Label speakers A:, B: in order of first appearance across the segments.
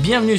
A: Bienvenue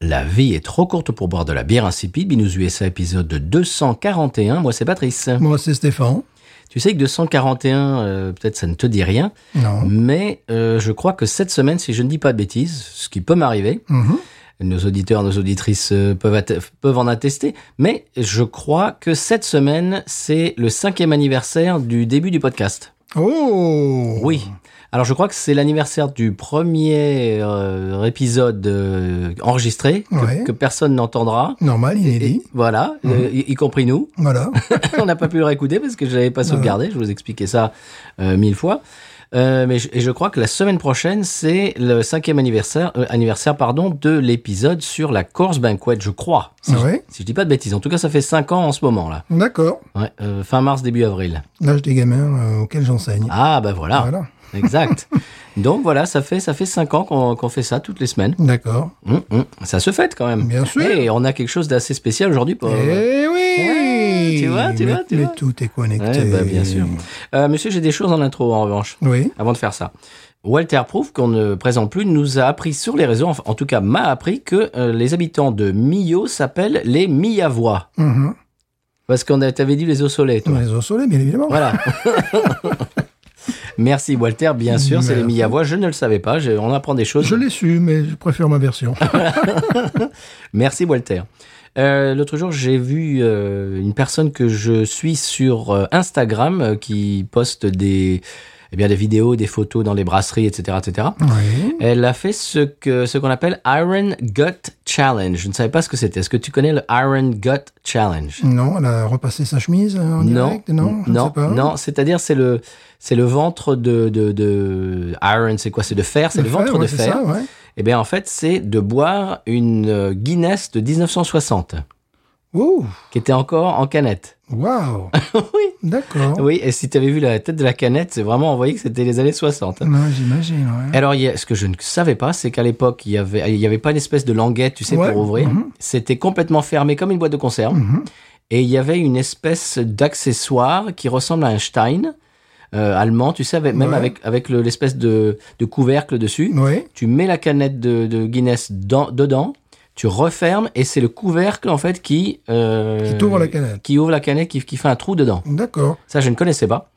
A: La vie est trop courte pour boire de la bière insipide. Binous USA épisode 241. Moi, c'est Patrice.
B: Moi, c'est Stéphane.
A: Tu sais que 241, euh, peut-être ça ne te dit rien,
B: Non.
A: mais euh, je crois que cette semaine, si je ne dis pas de bêtises, ce qui peut m'arriver,
B: Mhm.
A: nos auditeurs, nos auditrices euh, peuvent, atte- peuvent en attester, mais je crois que cette semaine, c'est le cinquième anniversaire du début du podcast.
B: Oh
A: Oui. Alors je crois que c'est l'anniversaire du premier euh, épisode euh, enregistré que,
B: Ouais.
A: que personne n'entendra.
B: Normal, inédit.
A: Voilà, euh, y, y compris nous.
B: Voilà.
A: On n'a pas pu le réécouter parce que je l'avais pas
B: Ouais.
A: sauvegardé. Je vous expliquais ça euh, mille fois. Euh, mais je, et je crois que la semaine prochaine, c'est le cinquième anniversaire, euh, anniversaire pardon, de l'épisode sur la course banquet, je crois. Si,
B: Ah Ouais.
A: je, si je dis pas de bêtises. En tout cas, ça fait cinq ans en ce moment là.
B: D'accord.
A: Ouais, euh, fin mars, début avril.
B: L'âge des gamins euh, auquel j'enseigne.
A: Ah bah voilà,
B: Voilà.
A: exact. Donc voilà, ça fait ça fait cinq ans qu'on qu'on fait ça toutes les semaines.
B: D'accord.
A: Hum, hum, Ça se fête quand même.
B: Bien sûr.
A: Et on a quelque chose d'assez spécial aujourd'hui. pour-
B: Eh
A: Bah, Ouais,
B: oui
A: tu vois, tu
B: mais,
A: vois, tu
B: mais
A: vois.
B: tout est connecté.
A: Ouais, bah, bien sûr. Euh, monsieur, j'ai des choses en intro en revanche.
B: Oui.
A: avant de faire ça. Walter Proof, qu'on ne présente plus, nous a appris sur les réseaux, enfin, en tout cas m'a appris que euh, les habitants de Millau s'appellent les Millavois.
B: Mhm.
A: Parce qu'on a- t'avait dit les eaux soleil, toi.
B: Les eaux solaires, bien évidemment.
A: Voilà. Merci Walter, bien sûr, c'est les
B: Merci.
A: Millavois. Je ne le savais pas, je- on apprend des choses.
B: Je l'ai su, mais je préfère ma version.
A: Ah. Merci Walter. Euh, L'autre jour, j'ai vu euh, une personne que je suis sur euh, Instagram euh, qui poste des, eh bien, des vidéos, des photos dans les brasseries, etc. etc.
B: oui.
A: Elle a fait ce que ce qu'on appelle Iron Gut Challenge. Je ne savais pas ce que c'était. Est-ce que tu connais le Iron Gut Challenge
B: Non, elle a repassé sa chemise euh, en direct Non, je ne
A: non,
B: sais pas.
A: non. C'est-à-dire c'est le c'est le ventre de de, de iron. C'est quoi C'est de fer. C'est le,
B: Le fer,
A: ventre de
B: ouais, c'est
A: fer.
B: ça, ouais.
A: Eh bien en fait c'est de boire une euh, Guinness de 1960
B: Ouh,
A: qui était encore en canette.
B: Waouh
A: Oui.
B: Oh. D'accord.
A: Oui. Et si tu avais vu la tête de la canette, c'est vraiment on voyait que c'était les années 60.
B: Non, Bah, j'imagine, ouais.
A: Alors, il y a- ce que je ne savais pas, c'est qu'à l'époque, il y avait, il y avait pas une espèce de languette, tu sais,
B: Ouais,
A: pour ouvrir.
B: mhm.
A: C'était complètement fermé comme une boîte de conserve.
B: Mhm.
A: Et il y avait une espèce d'accessoire qui ressemble à un Stein euh, allemand, tu sais, avec- même
B: Ouais.
A: avec, avec le- l'espèce de, de couvercle dessus.
B: Oui.
A: Tu mets la canette de, de Guinness dans- dedans, tu refermes et c'est le couvercle, en fait, qui... euh,
B: Qui t'ouvre la canette.
A: Qui ouvre la canette, qui, qui fait un trou dedans.
B: D'accord.
A: Ça, je ne connaissais pas.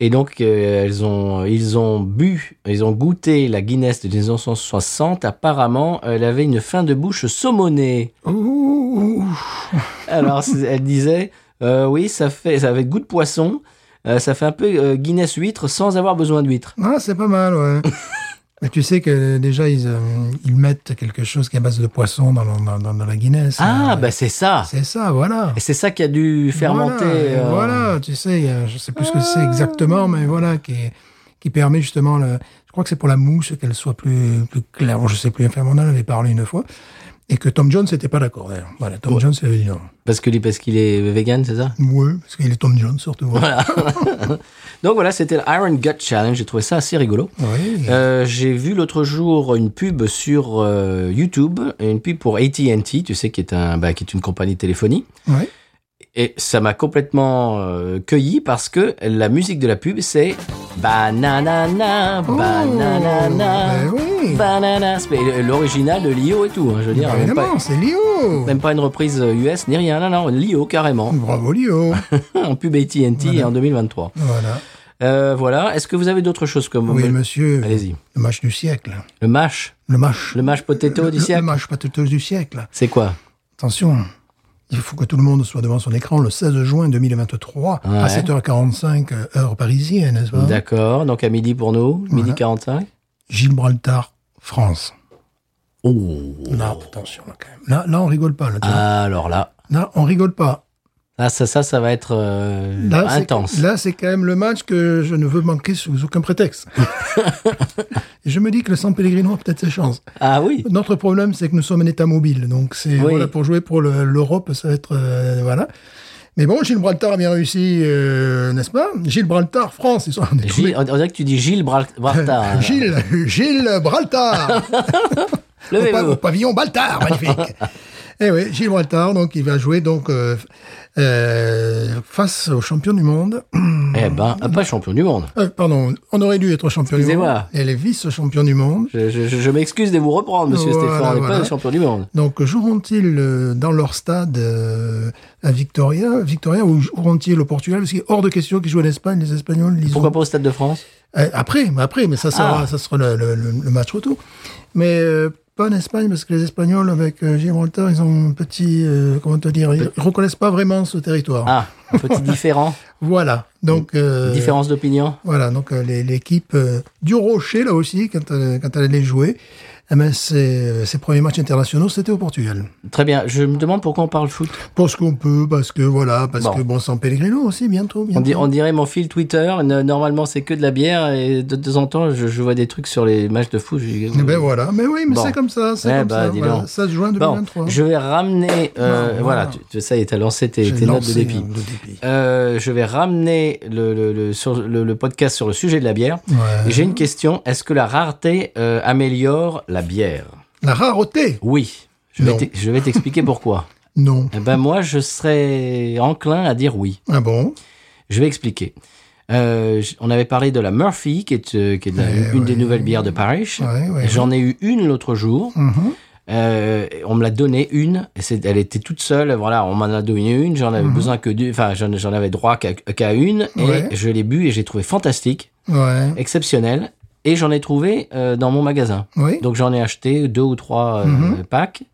A: Et donc, euh, elles ont, ils ont bu, ils ont goûté la Guinness de 1960. Apparemment, elle avait une fin de bouche saumonée.
B: Ouh, ouh, ouh.
A: Alors, c'est- elle disait, euh, oui, ça fait, ça avait goût de poisson. euh, ça fait un peu euh, Guinness huître sans avoir besoin d'huître.
B: Ah, c'est pas mal, ouais. Mais tu sais que déjà, ils, euh, ils mettent quelque chose qui est à base de poisson dans, le- dans- dans- dans la Guinness.
A: Ah,
B: Euh,
A: bah c'est ça.
B: C'est ça, voilà.
A: Et c'est ça qui a dû fermenter.
B: Voilà, et
A: euh,
B: voilà, tu sais, il y a- je sais plus ce que c'est exactement, mais voilà, qui, qui permet justement, le- je crois que c'est pour la mousse qu'elle soit plus, plus claire. Bon, je sais plus, enfin, on en avait parlé une fois. Et que Tom Jones n'était pas d'accord, d'ailleurs. Voilà, Tom Jones avait dit non.
A: Parce que parce qu'il est vegan, c'est ça
B: Ouais, parce qu'il est Tom Jones, surtout.
A: Donc voilà, c'était le Iron Gut Challenge. J'ai trouvé ça assez rigolo.
B: Oui.
A: Euh, j'ai vu l'autre jour une pub sur euh, YouTube, une pub pour AT&T, tu sais, qui est un, bah, qui est une compagnie de téléphonie.
B: Ouais.
A: Et ça m'a complètement euh, cueilli parce que la musique de la pub, c'est bananana, bananana,
B: Oh, ben oui.
A: banana. C'est l'original de Lio et tout. hein, je veux dire,
B: Bah,
A: même, pas,
B: évidemment, c'est Lio.
A: même pas une reprise US ni rien. Non, non, Lio carrément
B: Bravo Lio.
A: en pub AT&T en 2023.
B: voilà.
A: Euh, voilà. Est-ce que vous avez d'autres choses comme
B: Oui, monsieur.
A: Allez-y.
B: Le match du siècle.
A: Le mash,
B: Le match.
A: le mash potato du
B: Le-
A: siècle.
B: Le match patateuse du siècle.
A: C'est quoi
B: Attention. Il faut que tout le monde soit devant son écran le 16 juin 2023 à
A: Ouais.
B: 7h45 euh, heure parisienne, n'est-ce pas
A: D'accord, donc à midi pour nous, midi 45.
B: Gibraltar, France.
A: Oh.
B: Oh.
A: Ah.
B: Là, attention, là, quand même. Là, là, on rigole pas. Là, tu vois.
A: Alors là,
B: Là, on rigole pas.
A: Ah, ça, ça, ça va être euh,
B: Là, c'est-
A: intense.
B: Là, c'est quand même le match que je ne veux manquer sous aucun prétexte. Et je me dis que le San Pellegrino a peut-être ses chances.
A: Ah oui.
B: Notre problème, c'est que nous sommes un État mobile. Donc, c'est
A: Oui.
B: voilà, pour jouer pour le- l'Europe, ça va être. euh, voilà. Mais bon, Gibraltar a bien réussi, euh, n'est-ce pas Gibraltar, France, ils sont. on est
A: Gilles- on dirait que tu dis Gilles Bral- Bartard.
B: Gilles, Gilles Braltar, au, pa-
A: Levez-vous.
B: au pavillon Baltar, magnifique. Eh oui, Gilles Braltar, donc il va jouer donc euh, euh, face au champion du monde.
A: Eh ben, ah, pas champion du monde.
B: Euh, pardon, on aurait dû être champion du
A: Excusez-moi.
B: monde. Elle est vice-champion du monde.
A: Je, je- je- je m'excuse de vous reprendre, monsieur
B: Voilà,
A: Stéphane. On n'est
B: voilà.
A: pas champion du monde.
B: Donc joueront-ils euh, dans leur stade euh, à Victoria, Victoria ou joueront-ils au Portugal Parce qu'il est hors de question qu'ils jouent en Espagne, les Espagnols. Ils
A: Pourquoi
B: ont-
A: pas au Stade de France
B: Euh, Après, mais après, mais ça sera,
A: Ah.
B: ça sera le, le- le- le match retour. Mais euh, pas en Espagne, parce que les Espagnols, avec euh, Gibraltar, ils ont un petit, euh, comment te dire, ils reconnaissent pas vraiment ce territoire.
A: Ah, un petit différent.
B: Voilà. Donc, euh,
A: Différence d'opinion.
B: Voilà, donc euh, les- l'équipe euh, du Rocher, là aussi, quand, elle- quand elle allait jouer, eh ben, ses, ses premiers matchs internationaux, c'était au Portugal.
A: Très bien. Je me demande pourquoi on parle foot.
B: Parce qu'on peut, parce que voilà, parce
A: Bon.
B: que bon, sans Pellegrino aussi, bientôt.
A: On,
B: bientôt.
A: di- on dirait mon fil Twitter. N- Normalement, c'est que de la bière. Et de temps en temps, je, je vois des trucs sur les matchs de foot. Je- euh,
B: Eh ben voilà, mais oui, mais
A: Bon.
B: c'est comme ça, c'est
A: Eh
B: comme
A: bah,
B: ça.
A: dis
B: voilà.
A: donc.
B: Ça se joint en
A: Bon,
B: 2023.
A: je vais ramener. euh,
B: Non,
A: voilà,
B: Ah, voilà.
A: tu, tu- ça y est, t'as lancé tes,
B: J'ai
A: tes notes de
B: lancé,
A: dépit.
B: hein, de dépit.
A: Euh, je vais ramener le, le- le- sur, le, le podcast sur le sujet de la bière.
B: Ouais.
A: Et J'ai une question. Est-ce que la rareté euh, améliore la bière
B: La rareté
A: Oui. Je vais
B: Non.
A: t'e- je vais t'expliquer pourquoi.
B: Non.
A: Eh ben moi, je serais enclin à dire oui.
B: Ah bon
A: Je vais expliquer. Euh, j- on avait parlé de la Murphy, qui est, euh, qui est la-
B: Eh
A: une
B: ouais.
A: des nouvelles bières de Parrish.
B: Ouais, ouais.
A: J'en ai eu une l'autre jour.
B: Mhm.
A: Euh, on me l'a donnée une. Et c'est- elle était toute seule. Voilà, on m'en a donné une. J'en avais besoin que deux. Enfin, j'en j'en avais droit qu'à qu'à une. Et
B: Mhm. Ouais.
A: je l'ai bu et j'ai trouvé fantastique,
B: Ouais.
A: exceptionnel. Et j'en ai trouvé euh, dans mon magasin.
B: Oui.
A: Donc j'en ai acheté deux ou trois euh,
B: Mhm.
A: packs.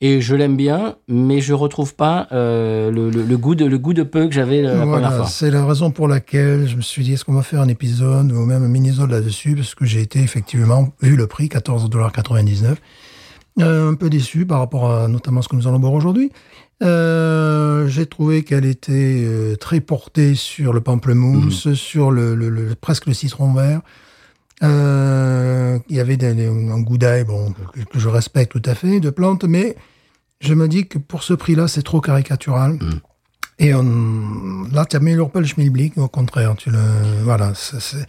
A: Et je l'aime bien, mais je retrouve pas euh, le, le- le goût de, le goût de peu que j'avais la première
B: Voilà,
A: fois.
B: c'est la raison pour laquelle je me suis dit, est-ce qu'on va faire un épisode ou même un mini-zone là-dessus, parce que j'ai été effectivement, vu le prix, 14,99$, euh, un peu déçu par rapport à notamment ce que nous allons boire aujourd'hui. Euh, j'ai trouvé qu'elle était euh, très portée sur le pamplemousse,
A: Mhm.
B: sur le, le- le- presque le citron vert. Euh, Il y avait des- des- un goût d'ail, bon, que, que je respecte tout à fait, de plantes, mais je me dis que pour ce prix-là, c'est trop caricatural.
A: Mm.
B: Et on, là, tu améliores pas le schmilblick, au contraire. Tu le, voilà, ça, c'est-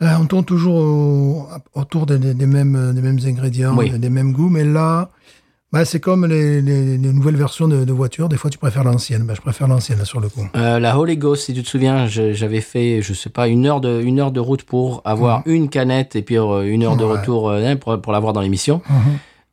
B: là, on tourne toujours au- autour des, des- des mêmes, des mêmes ingrédients,
A: Oui.
B: des, des mêmes goûts, mais là, bah, c'est comme les, les- les nouvelles versions de, de voitures. Des fois, tu préfères l'ancienne. Bah, je préfère l'ancienne, là, sur le coup.
A: Euh, la Holy Ghost, si tu te souviens, je- j'avais fait, je sais pas, une heure de, une heure de route pour avoir une canette et puis euh, une heure de
B: Mhm. Ouais.
A: retour euh, pour, pour l'avoir dans l'émission.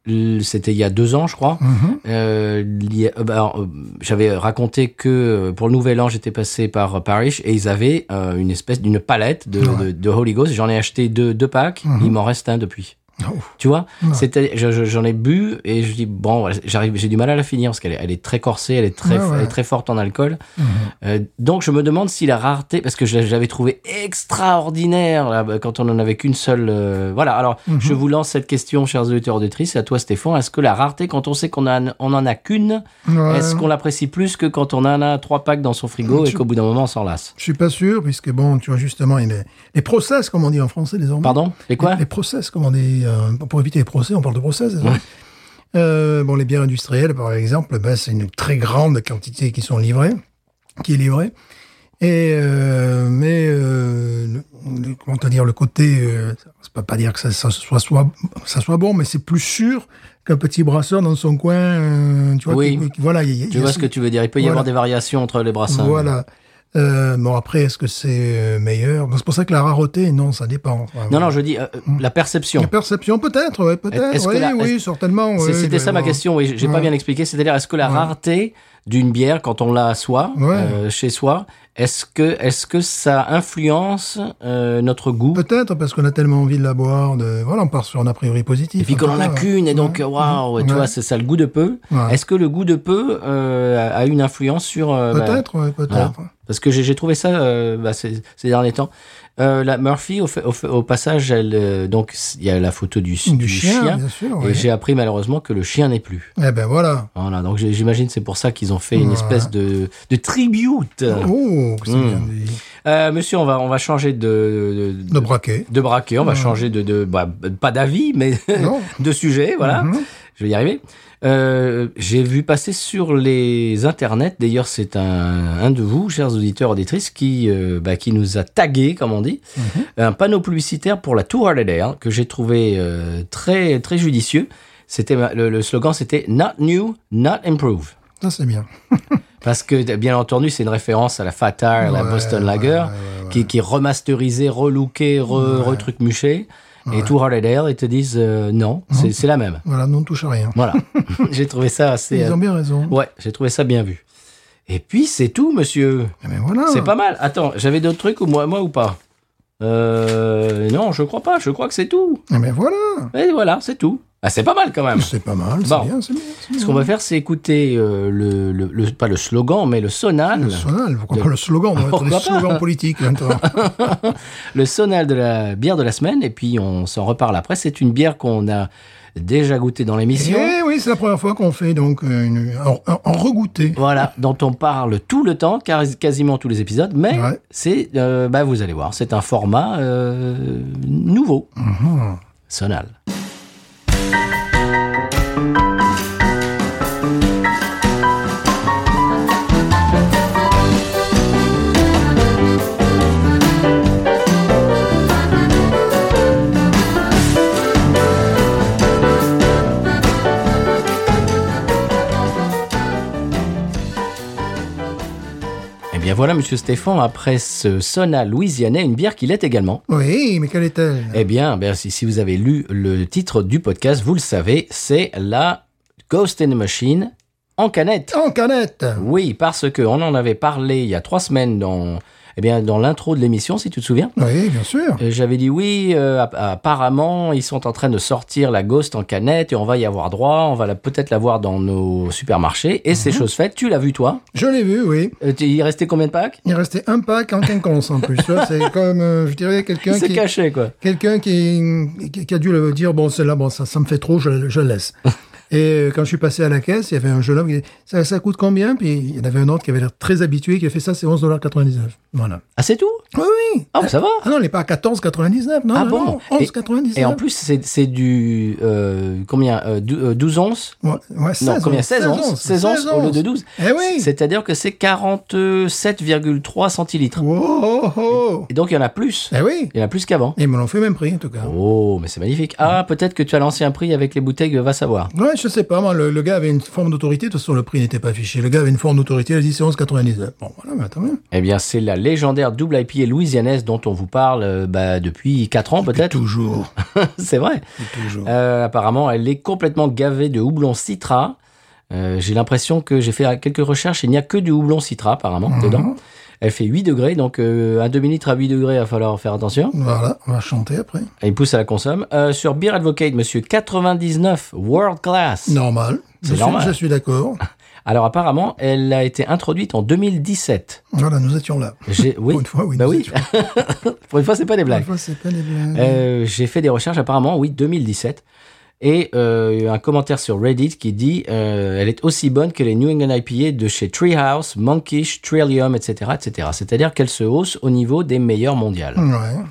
A: L- C'était il y a deux ans, je crois.
B: Mhm.
A: Euh, il y a- euh, bah, alors, euh, j'avais raconté que euh, pour le Nouvel An, j'étais passé par Parish et ils avaient euh, une espèce d'une palette de,
B: Ouais.
A: de, de Holy Ghost. J'en ai acheté deux, deux packs.
B: Mhm.
A: Il m'en reste un depuis.
B: Oh.
A: Tu vois,
B: Ouais.
A: c'était, je- je- j'en ai bu et je dis bon, voilà, j'arrive, j'ai du mal à la finir parce qu'elle est, elle est très corsée, elle est très,
B: Ouais, ouais.
A: elle est très forte en alcool.
B: Mhm.
A: Euh, donc je me demande si la rareté, parce que je j'avais trouvé extraordinaire là, bah, quand on en avait qu'une seule. euh, voilà. Alors
B: Mhm.
A: je vous lance cette question, chers auditeurs auditrices, à toi Stéphane. Est-ce que la rareté, quand on sait qu'on a, on en a qu'une,
B: Ouais.
A: est-ce qu'on l'apprécie plus que quand on en a trois packs dans son frigo et
B: Tu-
A: qu'au bout d'un moment on s'en lasse
B: Je suis pas sûr, puisque bon, tu vois, justement, il est, les process, comme on dit en français, désormais.
A: Pardon Les quoi
B: les, les process, comme on dit, euh, pour éviter les procès, on parle de process. c'est ça Euh, bon, les bières industrielles, par exemple, ben, c'est une très grande quantité qui sont livrées, qui est livrée. Et euh, mais euh, le- le- comment te dire le côté, euh, ça peut pas dire que ça, ça soit, soit ça soit bon, mais c'est plus sûr qu'un petit brasseur dans son coin, euh, tu vois.
A: Oui.
B: qui- qui- voilà, il y a- il y
A: Tu
B: a
A: vois
B: ce-
A: ce que tu veux dire Il peut y
B: Voilà.
A: avoir des variations entre les brassins.
B: Voilà. Euh, bon après, est-ce que c'est euh, meilleur Bon, C'est pour ça que la rareté, non, ça dépend. Enfin,
A: Non,
B: voilà.
A: non, je dis euh,
B: Mm.
A: la perception.
B: La perception, peut-être, ouais, peut-être.
A: Est-ce que
B: Oui,
A: la-
B: oui,
A: est-ce-
B: certainement.
A: C'est-
B: ouais, il
A: C'était
B: va
A: ça
B: y
A: ma
B: avoir-
A: question, et j'ai
B: Ouais.
A: pas bien expliqué. C'est-à-dire, est-ce que la
B: Ouais.
A: rareté d'une bière, quand on l'a à soi,
B: Ouais.
A: euh, chez soi, est-ce que, est ce que ça influence euh, notre goût
B: Peut-être parce qu'on a tellement envie de la boire. De... Voilà, on part sur un a priori positif.
A: Et puis qu'on en a
B: Voilà.
A: qu'une, et donc, euh,
B: Ouais.
A: waouh,
B: Ouais.
A: tu vois, c'est ça le goût de peu.
B: Ouais.
A: Est-ce que le goût de peu euh, a- a une influence sur. euh, bah,
B: Peut-être, ouais, peut-être.
A: Parce que j'ai j'ai trouvé ça euh, bah, ces, ces derniers temps. Euh, la Murphy, au, fait- au fait- au passage, elle, euh, donc il y a la photo du,
B: Du,
A: du
B: chien, bien sûr.
A: et
B: oui.
A: j'ai appris malheureusement que le chien n'est plus.
B: Eh ben voilà.
A: Voilà, donc j'ai- j'imagine c'est pour ça qu'ils ont fait une
B: Voilà.
A: espèce de, de tribute.
B: Oh, c'est
A: Mm.
B: bien dit.
A: Euh, monsieur, on va, on va changer de, de,
B: De braquet.
A: de braquet, on va changer de, de bah, pas d'avis, mais
B: Non.
A: de sujet, voilà.
B: Mhm.
A: Je vais y arriver. Euh, j'ai vu passer sur les internets, d'ailleurs c'est un, un de vous, chers auditeurs, auditrices, qui, euh, bah, qui nous a tagué, comme on dit,
B: Mhm.
A: un panneau publicitaire pour la Tour LLR que j'ai trouvé euh, très, très judicieux. C'était ma- le, le slogan, c'était Not New, Not Improve.
B: Ça, c'est bien.
A: Parce que, bien entendu, c'est une référence à la Fatah, à Ah, la
B: Ouais,
A: Boston
B: ouais,
A: Lager,
B: ouais, ouais,
A: Qui, qui est remasterisée, relooké, re, retruc muché. Et Tour LLR, ils te disent euh, non, c'est- c'est la même.
B: Voilà, non, on touche à rien.
A: Voilà. j'ai trouvé ça assez. euh,
B: Ils ont bien raison.
A: Ouais, j'ai trouvé ça bien vu. Et puis c'est tout, monsieur.
B: Eh ben voilà.
A: C'est pas mal. Attends, j'avais d'autres trucs ou moi, moi ou pas Euh. Non, je crois pas. Je crois que c'est tout.
B: Eh ben voilà.
A: Et voilà, c'est tout. Ah, c'est pas mal quand même.
B: C'est pas mal. C'est
A: Bon.
B: bien, c'est bien. c'est
A: Ce
B: bien.
A: qu'on va faire, c'est écouter euh, le, le- le- pas le slogan, mais le sonal,
B: Le
A: le,
B: sonal, pourquoi pas le slogan On va
A: Pourquoi
B: être des
A: pas
B: slogans politiques hein, maintenant.
A: sonal de la bière de la semaine. Et puis on s'en reparle après. C'est une bière qu'on a déjà goûtée dans l'émission.
B: Eh oui, c'est la première fois qu'on fait donc euh, une, un, un- un regoûté.
A: Voilà, dont on parle tout le temps, car quasiment tous les épisodes, mais
B: Ouais.
A: c'est, euh, bah vous allez voir, c'est un format euh, nouveau,
B: Mm-hmm.
A: sonal. Eh bien voilà, Monsieur Stéphane, après ce sonal louisianais, une bière qu'il est également.
B: Oui, mais quelle est-elle
A: Eh bien, ben, si, si vous avez lu le titre du podcast, vous le savez, c'est la Ghost in the Machine en canette.
B: En canette
A: Oui, parce que on en avait parlé il y a trois semaines dans, eh bien, dans l'intro de l'émission, si tu te souviens.
B: Oui, bien sûr.
A: Euh, J'avais dit oui, euh, app- apparemment, ils sont en train de sortir la Ghost en canette et on va y avoir droit, on va la- peut-être la voir dans nos supermarchés. Et c'est chose faite, tu l'as vu toi
B: Je l'ai vu, oui.
A: Euh, tu- Il restait combien de packs
B: Il restait un pack en quinconce en plus. Ça, C'est comme, euh, je dirais,
A: Il
B: quelqu'un
A: s'est
B: qui,
A: caché, quoi.
B: quelqu'un qui, qui- qui a dû le dire bon celle-là bon ça, ça me fait trop je, je le laisse et euh, quand je suis passé à la caisse il y avait un jeune homme qui dit ça, ça coûte combien puis il y en avait un autre qui avait l'air très habitué qui a fait ça c'est 11,99 voilà
A: Ah, c'est tout
B: oui oui
A: Ah, ça va
B: ah non, il n'est pas à 14,99, non,
A: Ah
B: non,
A: bon
B: non,
A: Et-
B: 11,99.
A: Et en plus, c'est c'est du. euh, combien euh, dou- euh, 12 onces
B: ouais, ouais, 16
A: Non, combien
B: onces,
A: 16 onces 16 onces au lieu de 12.
B: Eh oui
A: C'est-à-dire que c'est 47,3 centilitres.
B: Wow, oh, oh.
A: Et donc, il y en a plus.
B: Eh oui
A: Il y en a plus qu'avant.
B: Ils me l'ont fait même prix, en tout cas.
A: Oh, mais c'est magnifique. Ah, peut-être que tu as lancé un prix avec les bouteilles, va savoir.
B: Ouais, je sais pas, moi, le, le gars avait une forme d'autorité, de toute façon, le prix n'était pas affiché. Le gars avait une forme d'autorité, il a dit c'est 11,99. Bon, voilà, mais attends hein. même.
A: Eh bien, c'est la légendaire double IPA louisianaise dont on vous parle euh, bah, depuis 4 ans, peut-être.
B: Toujours.
A: c'est vrai.
B: Toujours.
A: Euh, apparemment, elle est complètement gavée de houblon citra. Euh, j'ai l'impression que j'ai fait quelques recherches, il n'y a que du houblon citra apparemment dedans. Elle fait 8 degrés, donc euh, un demi-litre à 8 degrés, il va falloir faire attention.
B: Voilà, on va chanter après.
A: Elle pousse à la consomme. Euh, sur Beer Advocate, monsieur, 99, world class.
B: Normal. Je
A: C'est
B: suis-
A: normal.
B: Je suis d'accord.
A: Alors apparemment, elle a été introduite en 2017.
B: Voilà, nous étions là.
A: J'ai- Oui,
B: Pour une fois, oui.
A: bah
B: nous
A: oui.
B: étions-
A: Pour une fois, c'est pas des
B: Pour
A: blagues.
B: une fois, c'est pas des blagues.
A: Euh, j'ai fait des recherches, apparemment, oui, 2017. Et euh, un commentaire sur Reddit qui dit euh, elle est aussi bonne que les New England IPA de chez Treehouse, Monkish, Trillium, etc. etc. C'est-à-dire qu'elle se hausse au niveau des meilleures mondiales.
B: Ouais.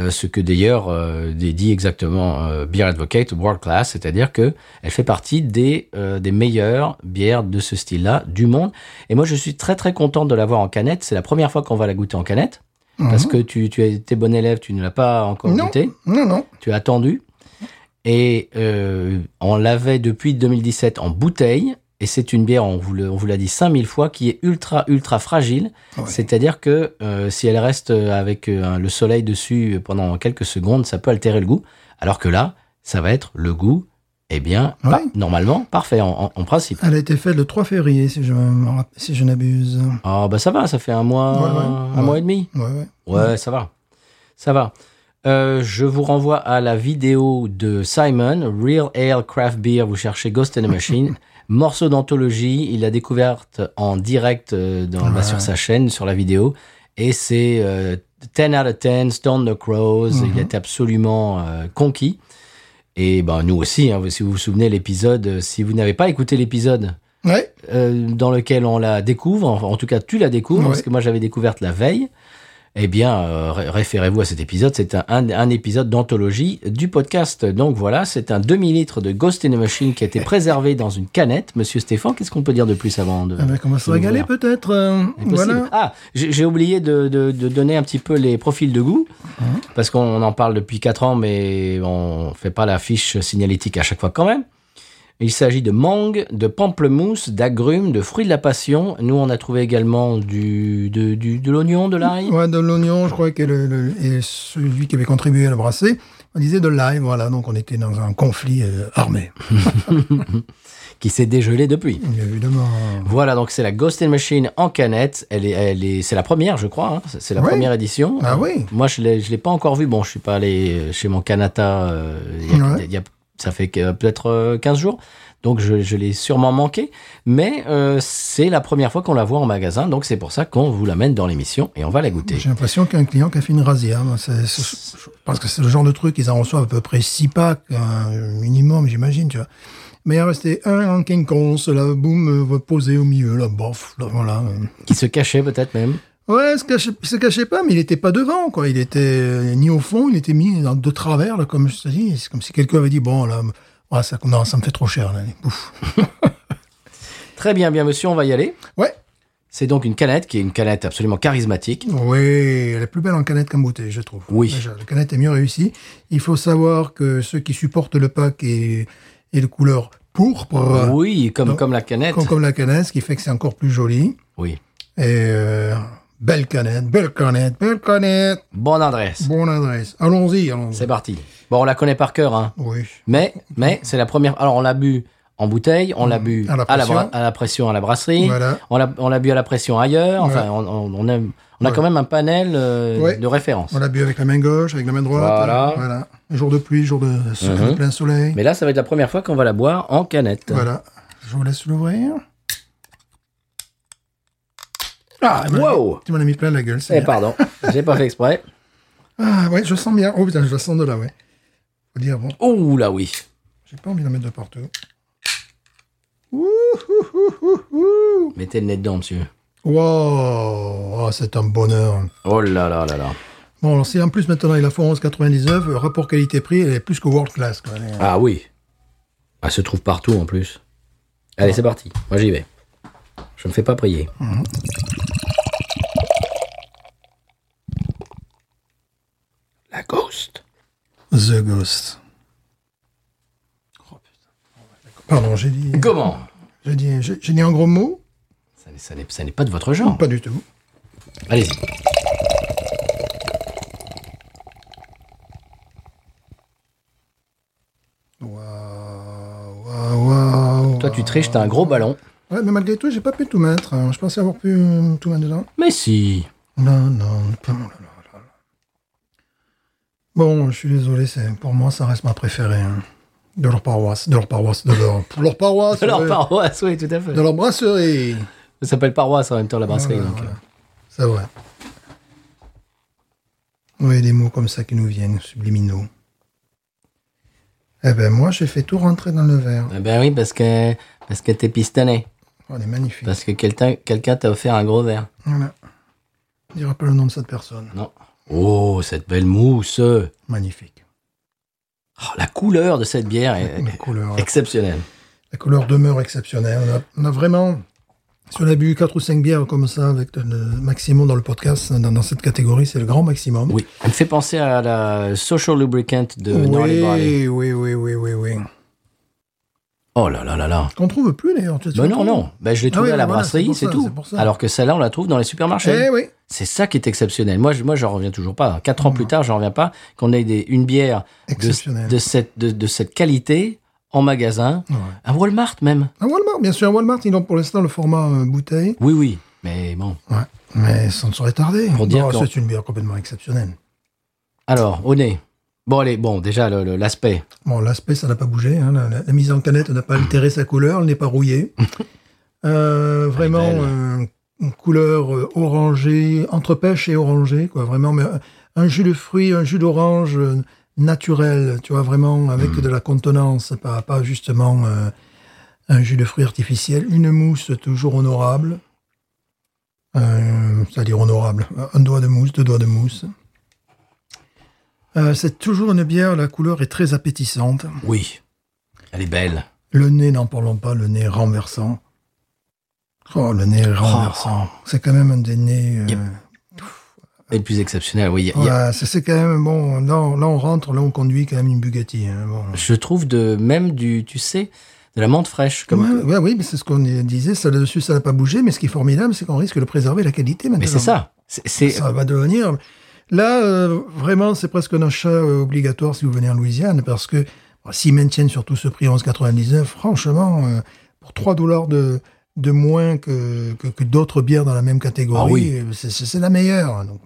A: Euh, ce que d'ailleurs euh, des- dit exactement euh, Beer Advocate World Class, c'est-à-dire que elle fait partie des, euh, des meilleures bières de ce style-là du monde. Et moi, je suis très très content de l'avoir en canette. C'est la première fois qu'on va la goûter en canette. Parce que tu, tu as été bon élève, tu ne l'as pas encore
B: Mhm. Non.
A: goûtée
B: Non, non.
A: tu as attendu. Et euh, on l'avait depuis 2017 en bouteille. Et c'est une bière, on vous le- on vous l'a dit 5000 fois, qui est ultra, ultra fragile.
B: Ouais.
A: C'est-à-dire que euh, si elle reste avec euh, un- le soleil dessus euh, pendant quelques secondes, ça peut altérer le goût. Alors que là, ça va être le goût, eh bien, pas-
B: Ouais.
A: normalement, parfait, en, en- en principe.
B: Elle a été faite le 3 février, si je, me rapp- si je n'abuse.
A: Ah, bah ça va, ça fait un mois,
B: Ouais, ouais,
A: un
B: ouais.
A: mois et demi.
B: Ouais, ouais.
A: Ouais, ça va. Ça va. Euh, je vous renvoie à la vidéo de Simon, Real Ale Craft Beer, vous cherchez Ghost in the Machine. Morceau d'anthologie, il l'a découverte en direct euh, dans, bah,
B: Ouais.
A: sur sa chaîne, sur la vidéo. Et c'est euh, 10 out of 10, Stone the Crows. Il était absolument euh, conquis. Et ben, nous aussi, hein, si vous vous souvenez l'épisode, euh, si vous n'avez pas écouté l'épisode
B: Ouais.
A: euh, dans lequel on la découvre, enfin, en tout cas tu la découvres,
B: Ouais.
A: parce que moi j'avais découverte la veille, eh bien euh, ré- référez-vous à cet épisode, c'est un, un, un épisode d'anthologie du podcast. Donc voilà, c'est un demi-litre de Ghost in the Machine qui a été préservé dans une canette. Monsieur Stéphane, qu'est-ce qu'on peut dire de plus avant de...
B: Ah ben, comment se
A: de
B: régaler
A: l'ouvrir
B: peut-être euh,
A: C'est possible.
B: Voilà.
A: Ah, j'ai j'ai oublié de, de- de donner un petit peu les profils de goût,
B: Hein
A: parce qu'on en parle depuis 4 ans, mais on fait pas la fiche signalétique à chaque fois quand même. Il s'agit de mangue, de pamplemousse, d'agrumes, de fruits de la passion. Nous, on a trouvé également du, de, du- de l'oignon, de l'ail.
B: Ouais, de l'oignon, je crois que le, le- et celui qui avait contribué à le brasser, on disait de l'ail, voilà, donc on était dans un conflit euh, armé,
A: qui s'est dégelé depuis.
B: évidemment.
A: Voilà, donc c'est la Ghost in Machine en canette. Elle est, elle est, c'est la première, je crois. hein. C'est c'est la
B: Oui.
A: première édition.
B: Ah oui
A: Moi, je l'ai, je l'ai pas encore vu. Bon, je suis pas allé euh, chez mon Kanata. euh, il y a-
B: Ouais.
A: il y a- ça fait que, euh, peut-être euh, 15 jours. Donc, je, je l'ai sûrement manqué. Mais euh, c'est la première fois qu'on la voit en magasin. Donc, c'est pour ça qu'on vous l'amène dans l'émission et on va la goûter.
B: J'ai l'impression qu'un client qui a fait une rasière, moi, c'est- c'est- je pense que c'est le genre de truc, ils en reçoivent à peu près 6 packs, un minimum, j'imagine, tu vois. Mais il en restait un en quinconce, là, boum, euh, posé au milieu, là, bof, là, voilà. euh.
A: Qui se cachait peut-être même.
B: Ouais, il se cachait, il se cachait pas, mais il était pas devant, quoi. Il était euh, ni au fond, il était mis dans- de travers, là, comme je te dis. C'est comme si quelqu'un avait dit, bon, là, ouais, ça, non, ça me fait trop cher, là. Ouf.
A: Très bien, bien monsieur, on va y aller.
B: Ouais.
A: C'est donc une canette qui est une canette absolument charismatique.
B: Oui, elle est plus belle en canette qu'en bouteille, je trouve.
A: Oui.
B: Déjà, la canette est mieux réussie. Il faut savoir que ceux qui supportent le pack et, et le couleur pourpre,
A: Oui, comme,
B: Non.
A: comme la canette.
B: comme, comme la canette, ce qui fait que c'est encore plus joli.
A: Oui.
B: Et, euh, belle canette, belle canette, belle canette.
A: Bonne adresse.
B: Bonne adresse. Allons-y, allons-y.
A: C'est parti. Bon, on la connaît par cœur, hein.
B: Oui.
A: Mais, mais c'est la première. Alors, on l'a bu en bouteille, on l'a bu
B: Mmh. À la
A: à la,
B: pression.
A: bra- à la pression à la brasserie,
B: Voilà.
A: on l'a- on l'a bu à la pression ailleurs. Enfin, on, on- on a, on a quand même un panel euh,
B: Ouais.
A: de références.
B: On l'a bu avec la main gauche, avec la main droite.
A: Voilà. Uh-huh.
B: voilà. Jour de pluie, jour de, so- de plein soleil.
A: Mais là, ça va être la première fois qu'on va la boire en canette.
B: Voilà. Je vous laisse l'ouvrir. Ah, tu m'en as
A: Wow
B: mis- Tu m'en as mis plein la gueule, c'est
A: Eh, ben.
B: bien.
A: pardon, j'ai pas fait exprès.
B: Ah, ouais, je sens bien. Oh putain, je la sens de là, ouais. Faut dire, bon,
A: Oh là oui.
B: j'ai pas envie d'en mettre de partout.
A: Mettez le nez dedans, monsieur.
B: Wow, oh, c'est un bonheur.
A: Oh là là là là.
B: Bon, alors, si en plus maintenant il a fait 11,99, euh, rapport qualité-prix, elle est plus que world class. Quoi. Elle est-
A: Ah oui. Elle se trouve partout en plus. Allez, c'est parti. Moi, j'y vais. Je me fais pas prier. La ghost.
B: euh, The Ghost. Oh, Pardon, j'ai dit,
A: Comment
B: j'ai dit, j'ai j'ai dit un gros mot
A: Ça, n'est- ça n'est- ça n'est pas de votre genre.
B: Pas du tout.
A: Allez-y.
B: Waouh, waouh, waouh.
A: Toi, tu triches, t'as un gros ballon.
B: Ouais, mais malgré tout, j'ai pas pu tout mettre. hein. Je pensais avoir pu euh, tout mettre dedans.
A: Mais si.
B: Non, non, pas oh là là là là. Bon, je suis désolé, c'est pour moi, ça reste ma préférée. hein. De leur paroisse, de leur paroisse, de leur, pour leur paroisse,
A: De leur
B: ouais.
A: paroisse, oui, tout à fait.
B: de leur brasserie.
A: Ça s'appelle paroisse en même temps, la brasserie.
B: Voilà,
A: donc,
B: voilà.
A: euh,
B: C'est vrai. Oui, des mots comme ça qui nous viennent, subliminaux. Eh ben, moi, j'ai fait tout rentrer dans le verre.
A: eh Ben oui, parce que, parce que t'es pistonné.
B: Oh, elle est magnifique.
A: Parce que quelqu'un quelqu'un t'a offert un gros verre.
B: Voilà. On dira pas le nom de cette personne.
A: Non. Oh, cette belle mousse. Oh,
B: Magnifique.
A: la couleur de cette bière est,
B: La couleur,
A: Exceptionnel.
B: la couleur demeure exceptionnelle. On a, on a vraiment, si on a bu 4 ou 5 bières comme ça avec le, le maximum dans le podcast, dans, dans cette catégorie, c'est le grand maximum.
A: Oui. euh, Elle me fait penser à la Social Lubricant de Gnarly Barley.
B: oui, oui, oui, oui, oui, oui.
A: Oh là là là là.
B: Qu'on trouve plus d'ailleurs. tu- tu
A: Bah
B: le
A: non,
B: trouves
A: non. Bah, je l'ai
B: Ah
A: trouvé
B: oui,
A: à la
B: voilà, c'est
A: brasserie,
B: pour
A: c'est
B: ça,
A: tout.
B: c'est pour ça.
A: Alors que celle-là, on la trouve dans les supermarchés.
B: Eh oui.
A: C'est ça qui est exceptionnel. Moi, je, moi, j'en reviens toujours pas. Quatre ans plus tard, j'en reviens pas qu'on ait des, une bière de,
B: Exceptionnelle.
A: de cette, de, de cette qualité en magasin,
B: Ouais.
A: à Walmart même.
B: À Walmart, bien sûr, à Walmart, ils ont pour l'instant le format euh, bouteille.
A: Oui, oui. Mais bon,
B: Ouais. Mais ça ne saurait tarder. Oh,
A: Pour dire
B: Non,
A: qu'on-
B: c'est une bière complètement exceptionnelle.
A: Alors, au nez. Bon, allez, bon, déjà, le- le- l'aspect.
B: Bon, l'aspect, ça n'a pas bougé. hein. La, la- la mise en canette n'a pas altéré sa couleur, elle n'est pas rouillée. Euh, vraiment,
A: belle.
B: euh, une couleur euh, orangée, entre pêche et orangée, quoi. Vraiment, mais euh, un jus de fruits, un jus d'orange euh, naturel, tu vois, vraiment avec de la contenance, pas, pas justement euh, un jus de fruits artificiel. Une mousse toujours honorable. Euh, c'est-à-dire honorable. Un doigt de mousse, deux doigts de mousse. Euh, c'est toujours une bière, la couleur est très appétissante.
A: Oui. Elle est belle.
B: Le nez, n'en parlons pas, le nez renversant. Oh, le nez
A: oh.
B: renversant. C'est quand même un des nez. euh,
A: Yep. Et le plus exceptionnel, oui. il y a- il y a-
B: ouais, c'est- c'est quand même bon. Là, on- là, on rentre, là, on conduit quand même une Bugatti. hein, bon.
A: Je trouve de même du, tu sais, de la menthe fraîche. Comme...
B: Ouais, ouais, oui, mais c'est ce qu'on disait. Ça là-dessus, ça n'a pas bougé. Mais ce qui est formidable, c'est qu'on risque de préserver la qualité maintenant.
A: Mais c'est ça. C'est- C'est
B: Ça va devenir. Là, euh, vraiment, c'est presque un achat euh, obligatoire si vous venez en Louisiane, parce que bon, s'ils maintiennent surtout ce prix 11,99, franchement, euh, pour 3 dollars de, de moins que, que, que d'autres bières dans la même catégorie,
A: Ah oui.
B: euh, c'est- c'est c'est la meilleure. donc.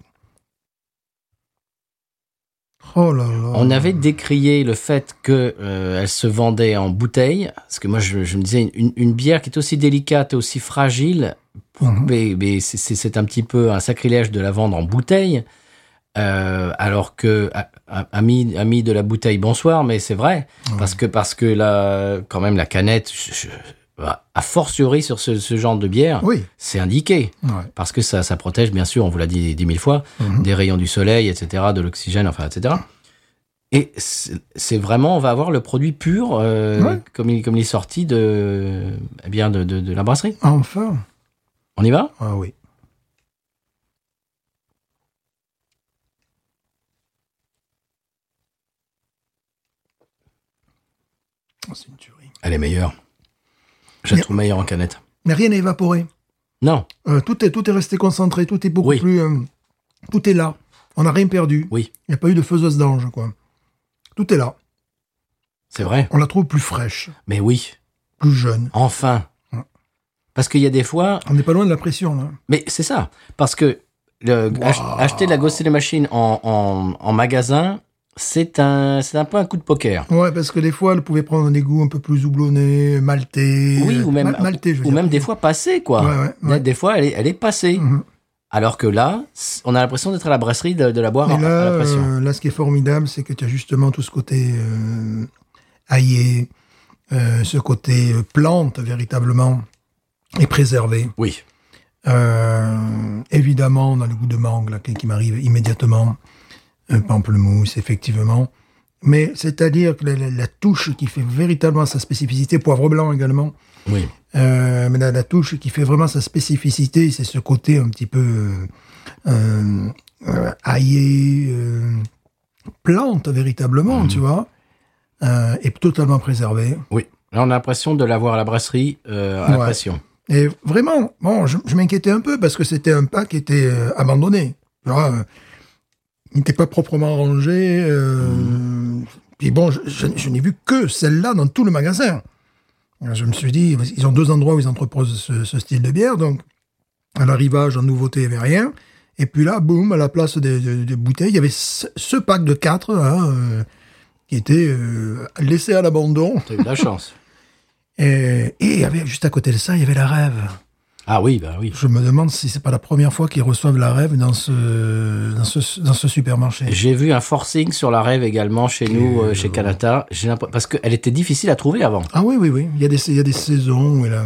B: Oh là là.
A: On avait décrié le fait que euh, elle se vendait en bouteille, parce que moi je, je me disais une, une bière qui est aussi délicate et aussi fragile, pour-
B: Mhm.
A: mais, mais c'est- c'est c'est un petit peu un sacrilège de la vendre en bouteille, euh, alors que a- a- ami ami de la bouteille bonsoir, mais c'est vrai parce que parce que la quand même la canette, je- je- a fortiori sur ce, ce genre de bière,
B: Oui.
A: c'est indiqué
B: ouais.
A: parce que ça, ça protège, bien sûr, on vous l'a dit dix mille fois,
B: Mhm.
A: des rayons du soleil, etc., de l'oxygène, enfin, etc. Et c'est c'est vraiment, on va avoir le produit pur, euh,
B: Ouais.
A: comme, il, comme il est sorti de, eh bien de, de- de la brasserie.
B: Enfin.
A: On y va
B: Ah oui. Oh, c'est une tuerie.
A: Elle est meilleure. Je la
B: Mais-
A: trouve meilleure en canette.
B: Mais rien n'est évaporé.
A: Non,
B: Euh, tout, est, tout est resté concentré, tout est beaucoup
A: Oui.
B: plus. euh, tout est là. On n'a rien perdu.
A: Oui.
B: Il n'y a pas eu de faiseuse d'ange, quoi. Tout est là.
A: c'est vrai.
B: On la trouve plus fraîche,
A: Mais oui,
B: plus jeune.
A: enfin.
B: Ouais.
A: Parce qu'il y a des fois,
B: On n'est pas loin de la pression, hein. là.
A: Mais c'est ça, parce que le-
B: Wow.
A: ach- acheter de la Ghost in the Machine en, en- en magasin, c'est un, c'est un peu un coup de poker.
B: Ouais, parce que des fois, elle pouvait prendre des goûts un peu plus houblonnés, maltais.
A: Oui, ou même,
B: Mal- maltais, je veux
A: ou
B: dire.
A: même des fois passée, quoi.
B: Ouais, ouais,
A: Des-
B: ouais.
A: Des fois, elle est, elle est passée.
B: Mhm.
A: Alors que là, c- on a l'impression d'être à la brasserie de, de la boire à,
B: Mais là,
A: à la pression.
B: euh, là, ce qui est formidable, c'est que tu as justement tout ce côté euh, haillé, euh, ce côté euh, plante véritablement, et préservé.
A: Oui,
B: Euh, évidemment, on a le goût de mangue là, qui, qui m'arrive immédiatement, un pamplemousse, effectivement. Mais c'est-à-dire que la, la- la touche qui fait véritablement sa spécificité, poivre blanc également,
A: oui.
B: euh, mais la, la touche qui fait vraiment sa spécificité, c'est ce côté un petit peu euh, euh, euh, haillé, euh, plante véritablement, tu vois, euh, et totalement préservé.
A: Oui. Là, on a l'impression de l'avoir à la brasserie euh, à la
B: Ouais.
A: pression.
B: Et vraiment, bon, je, je m'inquiétais un peu parce que c'était un pack qui était euh, abandonné. Tu vois, euh, il n'était pas proprement rangé. euh, Puis bon, je, je- je n'ai vu que celle-là dans tout le magasin. Alors, je me suis dit, ils ont deux endroits où ils entreposent ce, ce style de bière. Donc, à l'arrivage, en nouveauté, il n'y avait rien. Et puis là, boum, à la place des, des- des bouteilles, il y avait ce, ce pack de quatre hein, euh, qui était euh, laissé à l'abandon.
A: T'as eu de la chance.
B: Et, et il y avait, juste à côté de ça, il y avait la rêve.
A: Ah oui, bah oui.
B: Je me demande si c'est pas la première fois qu'ils reçoivent la rêve dans ce, dans ce, dans ce supermarché.
A: J'ai vu un forcing sur la rêve également chez nous, euh, chez Canada. J'ai l'impr- Parce qu'elle était difficile à trouver avant.
B: Ah oui, oui, oui. Il y a des, il y a des saisons où il a-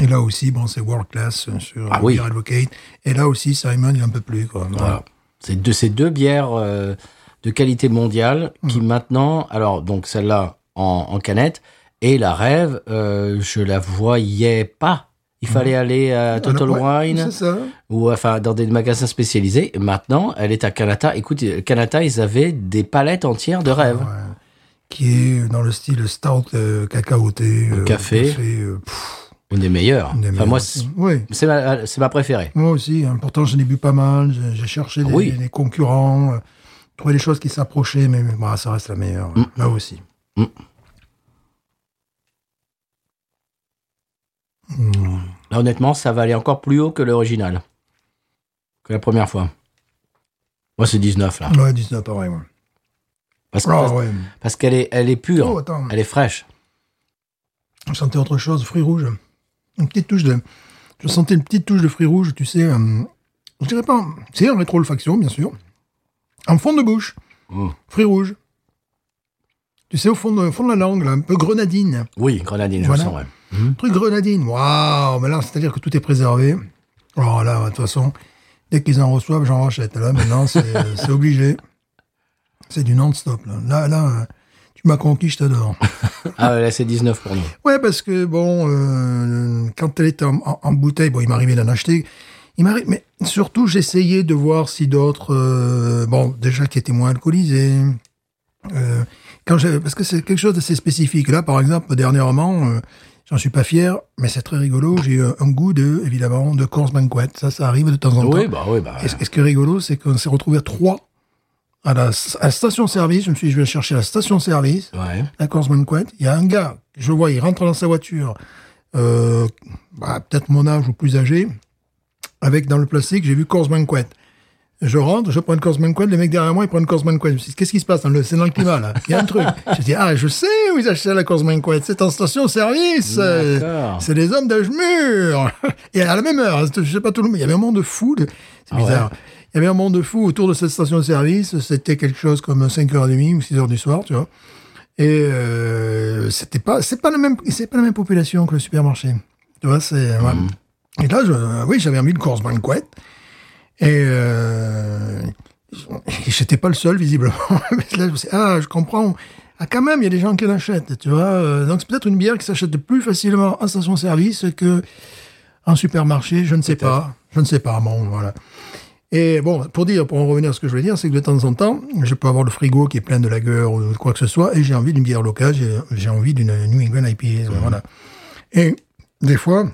B: et là aussi, bon, c'est world class euh, sur
A: Ah
B: Beer
A: oui.
B: Advocate. Et là aussi, Simon, il en peut plus, quoi.
A: Voilà. C'est deux, ces deux bières euh, de qualité mondiale
B: Mm.
A: qui maintenant, alors donc celle-là en, en canette et la rêve, euh, je la voyais pas. Il fallait aller à Total
B: Voilà, Mm. ouais,
A: Wine
B: C'est ça.
A: ou enfin dans des magasins spécialisés. Et Maintenant, elle est à Canada. Écoute, Canada, ils avaient des palettes entières de rêve.
B: Ouais. Qui est dans le style stout euh, cacaoté. euh,
A: Café.
B: euh, pff,
A: Une des meilleures.
B: une des
A: Enfin, moi,
B: meilleures.
A: c'est
B: Oui.
A: c'est ma, c'est ma préférée.
B: Moi aussi, hein. pourtant j'en ai bu pas mal, j'ai- j'ai cherché des,
A: Ah Oui.
B: des concurrents, euh, trouvé des choses qui s'approchaient, mais mais, bah, ça reste la meilleure, ouais. là aussi.
A: Mm.
B: Mm.
A: Là, honnêtement, ça va aller encore plus haut que l'original, que la première fois. Moi, c'est 19, là.
B: Ouais, 19, pareil, ouais.
A: Parce, que-
B: Ah
A: parce-
B: ouais.
A: parce qu'elle est, elle est pure.
B: Oh, attends.
A: Elle est fraîche.
B: Je sentais autre chose, fruits rouges. Une petite touche de. Je sentais une petite touche de fruits rouges, tu sais. euh, je dirais pas. C'est en rétro-olfaction, bien sûr. En fond de bouche.
A: Mm.
B: Fruits rouges. Tu sais, au fond de, au fond de la langue, là, un peu grenadine.
A: Oui, grenadine,
B: Voilà.
A: je le sens, ouais.
B: Truc grenadine. Waouh Mais là, c'est-à-dire que tout est préservé. Alors là, de toute façon, dès qu'ils en reçoivent, j'en rachète. Là, maintenant, c'est c'est obligé. C'est du non-stop. Là. là, là, tu m'as conquis, je t'adore.
A: Ah, ouais, là, c'est 19 pour nous.
B: Ouais, parce que bon, euh, quand elle était en, en- en bouteille, bon, il m'arrivait d'en acheter. Il m'arrive, mais surtout, j'essayais de voir si d'autres, euh, bon, déjà qui étaient moins alcoolisés. Euh, quand j'avais- parce que c'est quelque chose d'assez spécifique. Là, par exemple, dernièrement, euh, j'en suis pas fier, mais c'est très rigolo. J'ai eu un, un goût de, évidemment, de Corse Banquet. Ça, ça arrive de temps en temps.
A: Oui, bah, oui, bah.
B: Et, ce- et ce qui est rigolo, c'est qu'on s'est retrouvé à trois à la, à la station-service. Je me suis dit, je vais chercher la station-service
A: Ouais.
B: la Corse Manquette, il y a un gars, je vois, il rentre dans sa voiture, euh, bah, peut-être mon âge ou plus âgé, avec dans le plastique, j'ai vu Corse Manquette. Je rentre, je prends une Corse Manquette, les mecs derrière moi, ils prennent une Corse Manquette. Je me suis dit, qu'est-ce qui se passe dans le, c'est dans le climat, là. Il y a un truc. Je dis, ah, je sais où ils achetaient la Corse Manquette. C'est en station-service. euh,
A: D'accord.
B: C'est les hommes d'Agemur. Et à la même heure, je sais pas tout le monde, il y avait un monde fou. de- C'est
A: Ah ouais.
B: bizarre. Il y avait un monde de fou autour de cette station de service. C'était quelque chose comme 5h30 ou 6h du soir, tu vois. Et euh, c'était pas, c'est pas la même, c'est pas la même population que le supermarché. Tu vois, c'est. ouais.
A: Mmh.
B: Et là, je- oui, j'avais envie de course banquette. Et euh, j'étais pas le seul visiblement. Mais là, je me suis dit, ah, je comprends. Ah, quand même, il y a des gens qui l'achètent, tu vois. Euh, Donc c'est peut-être une bière qui s'achète plus facilement en station-service que en supermarché. Je ne sais pas. Je ne sais pas. Bon, voilà. Et bon, pour dire, pour en revenir à ce que je voulais dire, c'est que de temps en temps, je peux avoir le frigo qui est plein de lagueur ou de quoi que ce soit, et j'ai envie d'une bière locale, j'ai- j'ai envie d'une New England IPA, voilà. Et des fois,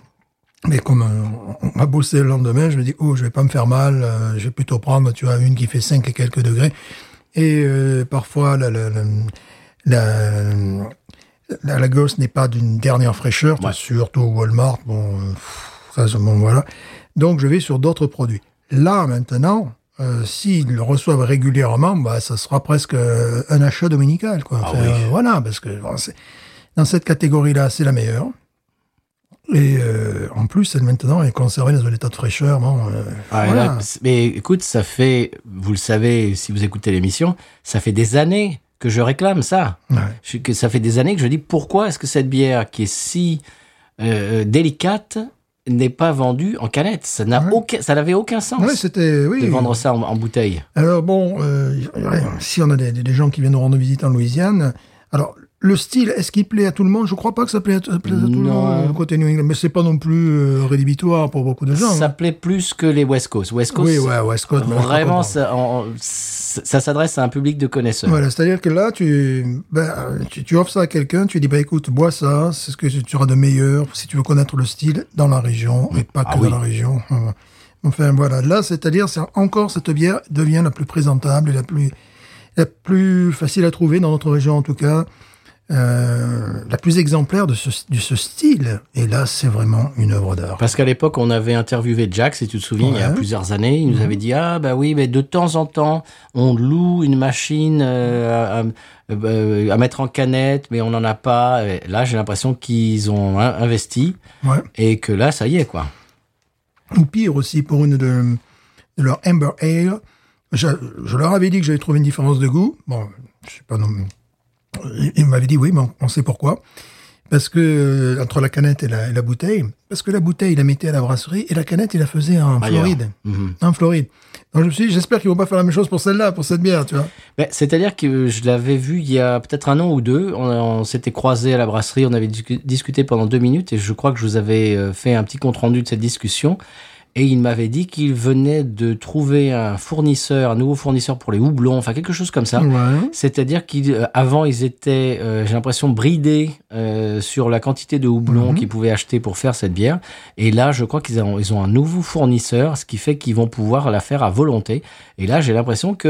B: mais comme euh, on va bosser le lendemain, je me dis, oh, je vais pas me faire mal, euh, je vais plutôt prendre, tu vois, une qui fait 5 et quelques degrés. Et euh, parfois, la, la, la, la, la- la gosse n'est pas d'une dernière fraîcheur,
A: Ouais.
B: surtout au Walmart, bon, euh, pff, ça, c'est bon, voilà. Donc, je vais sur d'autres produits. Là, maintenant, euh, s'ils le reçoivent régulièrement, bah, ça sera presque euh, un achat dominical, quoi.
A: Ah
B: Enfin,
A: oui.
B: euh, voilà, parce que bon, c'est- dans cette catégorie-là, c'est la meilleure. Et euh, en plus, elle maintenant est conservée dans un état de fraîcheur. Bon, euh,
A: Ah,
B: voilà.
A: là, c'est- mais écoute, ça fait, vous le savez si vous écoutez l'émission, ça fait des années que je réclame ça.
B: Ouais.
A: Je- que ça fait des années que je dis pourquoi est-ce que cette bière qui est si euh, délicate n'est pas vendue en canette Ça n'a
B: Ouais.
A: aucun, ça n'avait aucun sens
B: Ouais, c'était oui.
A: de vendre ça en, en bouteille.
B: Alors bon, euh, ouais, si on a des, des gens qui viennent nous rendre visite en Louisiane, alors le style, est-ce qu'il plaît à tout le monde Je crois pas que ça plaît à, plaise à tout le
A: Non.
B: monde. Le côté New England, mais c'est pas non plus euh, rédhibitoire pour beaucoup de gens.
A: Ça plaît plus que les West Coast. West Coast,
B: hein. oui, ouais, ouais, Scott. moi, je
A: vraiment,
B: comprends.
A: ça, en- ça s'adresse à un public de connaisseurs.
B: Voilà, c'est-à-dire que là, tu, ben, tu, tu offres ça à quelqu'un, tu lui dis, bah écoute, bois ça, c'est ce que tu auras de meilleur si tu veux connaître le style dans la région et pas que
A: Ah
B: dans
A: oui.
B: la région. Enfin voilà, là, c'est-à-dire, c'est encore cette bière devient la plus présentable et la plus, la plus facile à trouver dans notre région en tout cas, euh, la plus exemplaire de ce, de ce style. Et là, c'est vraiment une œuvre d'art.
A: Parce qu'à l'époque, on avait interviewé Jack, si tu te souviens, il y a
B: Ouais.
A: plusieurs années. Il nous avait dit Ah, bah oui, mais de temps en temps, on loue une machine euh, à, à- euh, à mettre en canette, mais on n'en a pas. Et là, j'ai l'impression qu'ils ont hein, investi
B: Ouais.
A: et que là, ça y est, quoi.
B: ou pire aussi pour une de, de leur Amber Ale. Je, je leur avais dit que j'avais trouvé une différence de goût. Bon, je sais pas non. ils- Ils m'avaient dit oui, mais on, on sait pourquoi. Parce que euh, entre la canette et la, et la bouteille, parce que la bouteille, ils la mettaient à la brasserie et la canette, ils la faisaient en
A: Ailleurs.
B: Floride.
A: Mhm.
B: En Floride. Donc je me suis dit, j'espère qu'ils vont pas faire la même chose pour celle-là, pour cette bière, tu vois.
A: Ben, C'est-à-dire que je l'avais vu il y a peut-être un an ou deux. On, on s'était croisés à la brasserie, on avait discu- discuté pendant deux minutes et je crois que je vous avais euh, fait un petit compte-rendu de cette discussion. Et il m'avait dit qu'il venait de trouver un fournisseur, un nouveau fournisseur pour les houblons, enfin quelque chose comme ça.
B: Ouais.
A: C'est-à-dire qu'avant, ils étaient, euh, j'ai l'impression, bridés euh, sur la quantité de houblon
B: Mhm.
A: qu'ils pouvaient acheter pour faire cette bière. Et là, je crois qu'ils ont, ils ont un nouveau fournisseur, ce qui fait qu'ils vont pouvoir la faire à volonté. Et là, j'ai l'impression que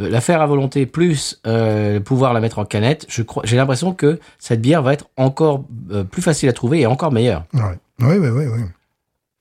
A: euh, la faire à volonté plus euh, pouvoir la mettre en canette, je crois, j'ai l'impression que cette bière va être encore euh, plus facile à trouver et encore meilleure.
B: Ouais. Oui, oui, oui, oui.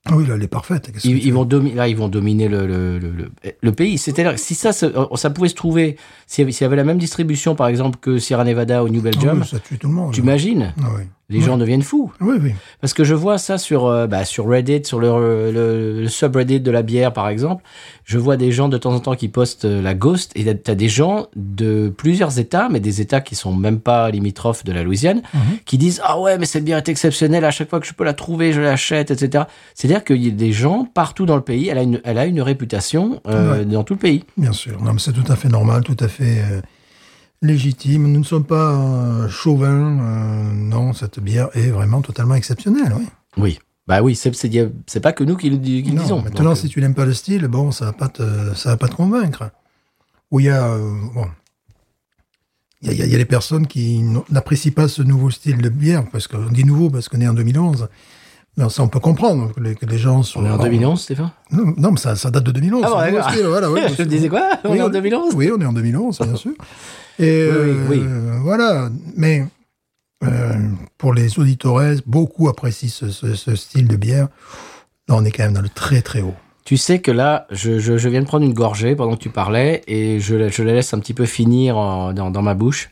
B: Ah Oui, là, elle est parfaite. Qu'est-ce que
A: Ils,
B: tu
A: ils
B: veux
A: vont dominer, là, ils vont dominer le, le, le, le- le pays. C'est-à-dire, si ça, se- euh, ça pouvait se trouver, s'il y avait- s'il y avait la même distribution, par exemple, que Sierra Nevada ou New
B: Ah
A: Belgium,
B: oui, ça tue tout le monde.
A: tu imagines
B: Ah oui. Ah
A: Les gens deviennent fous.
B: Oui, oui.
A: Parce que je vois ça sur, euh, bah, sur Reddit, sur le, le- le subreddit de la bière, par exemple. Je vois des gens de temps en temps qui postent euh, la Ghost et t'as des gens de plusieurs États, mais des États qui sont même pas limitrophes de la Louisiane,
B: Mhm.
A: qui disent Ah ouais, mais cette bière est exceptionnelle, à chaque fois que je peux la trouver, je l'achète, etc. C'est-à-dire qu'il y a des gens partout dans le pays, elle a une, elle a une réputation euh,
B: Ouais.
A: dans tout le pays.
B: Bien sûr, non, mais c'est tout à fait normal, tout à fait euh, légitime. Nous ne sommes pas euh, chauvins. euh, non, cette bière est vraiment totalement exceptionnelle. Oui.
A: Oui. Bah oui, c'est- c'est y a- c'est pas que nous qui le qui le
B: Non,
A: disons.
B: Maintenant,
A: Donc, euh,
B: si tu n'aimes pas le style, bon, ça va pas te, ça va pas te convaincre. Ou il y a, euh, bon, il y a, il y a- il y a des personnes qui n- n'apprécient pas ce nouveau style de bière parce qu'on dit nouveau parce qu'on est en 2011. Non, ça, on peut comprendre que les, que les gens sont.
A: On est en
B: bon,
A: 2011, Stéphane
B: Non, non, mais ça, ça date de 2011.
A: Ah bon,
B: c'est un nouveau
A: d'accord.
B: style, voilà, ouais,
A: Je me disais quoi On
B: Oui,
A: est en 2011
B: Oui, on est en 2011, bien sûr. Et
A: Oui, oui,
B: euh, voilà, mais euh, pour les auditores, beaucoup apprécient ce, ce- ce style de bière. Là, on est quand même dans le très très haut.
A: Tu sais que là, je, je, je viens de prendre une gorgée pendant que tu parlais et je, la- je la laisse un petit peu finir en- dans, dans ma bouche.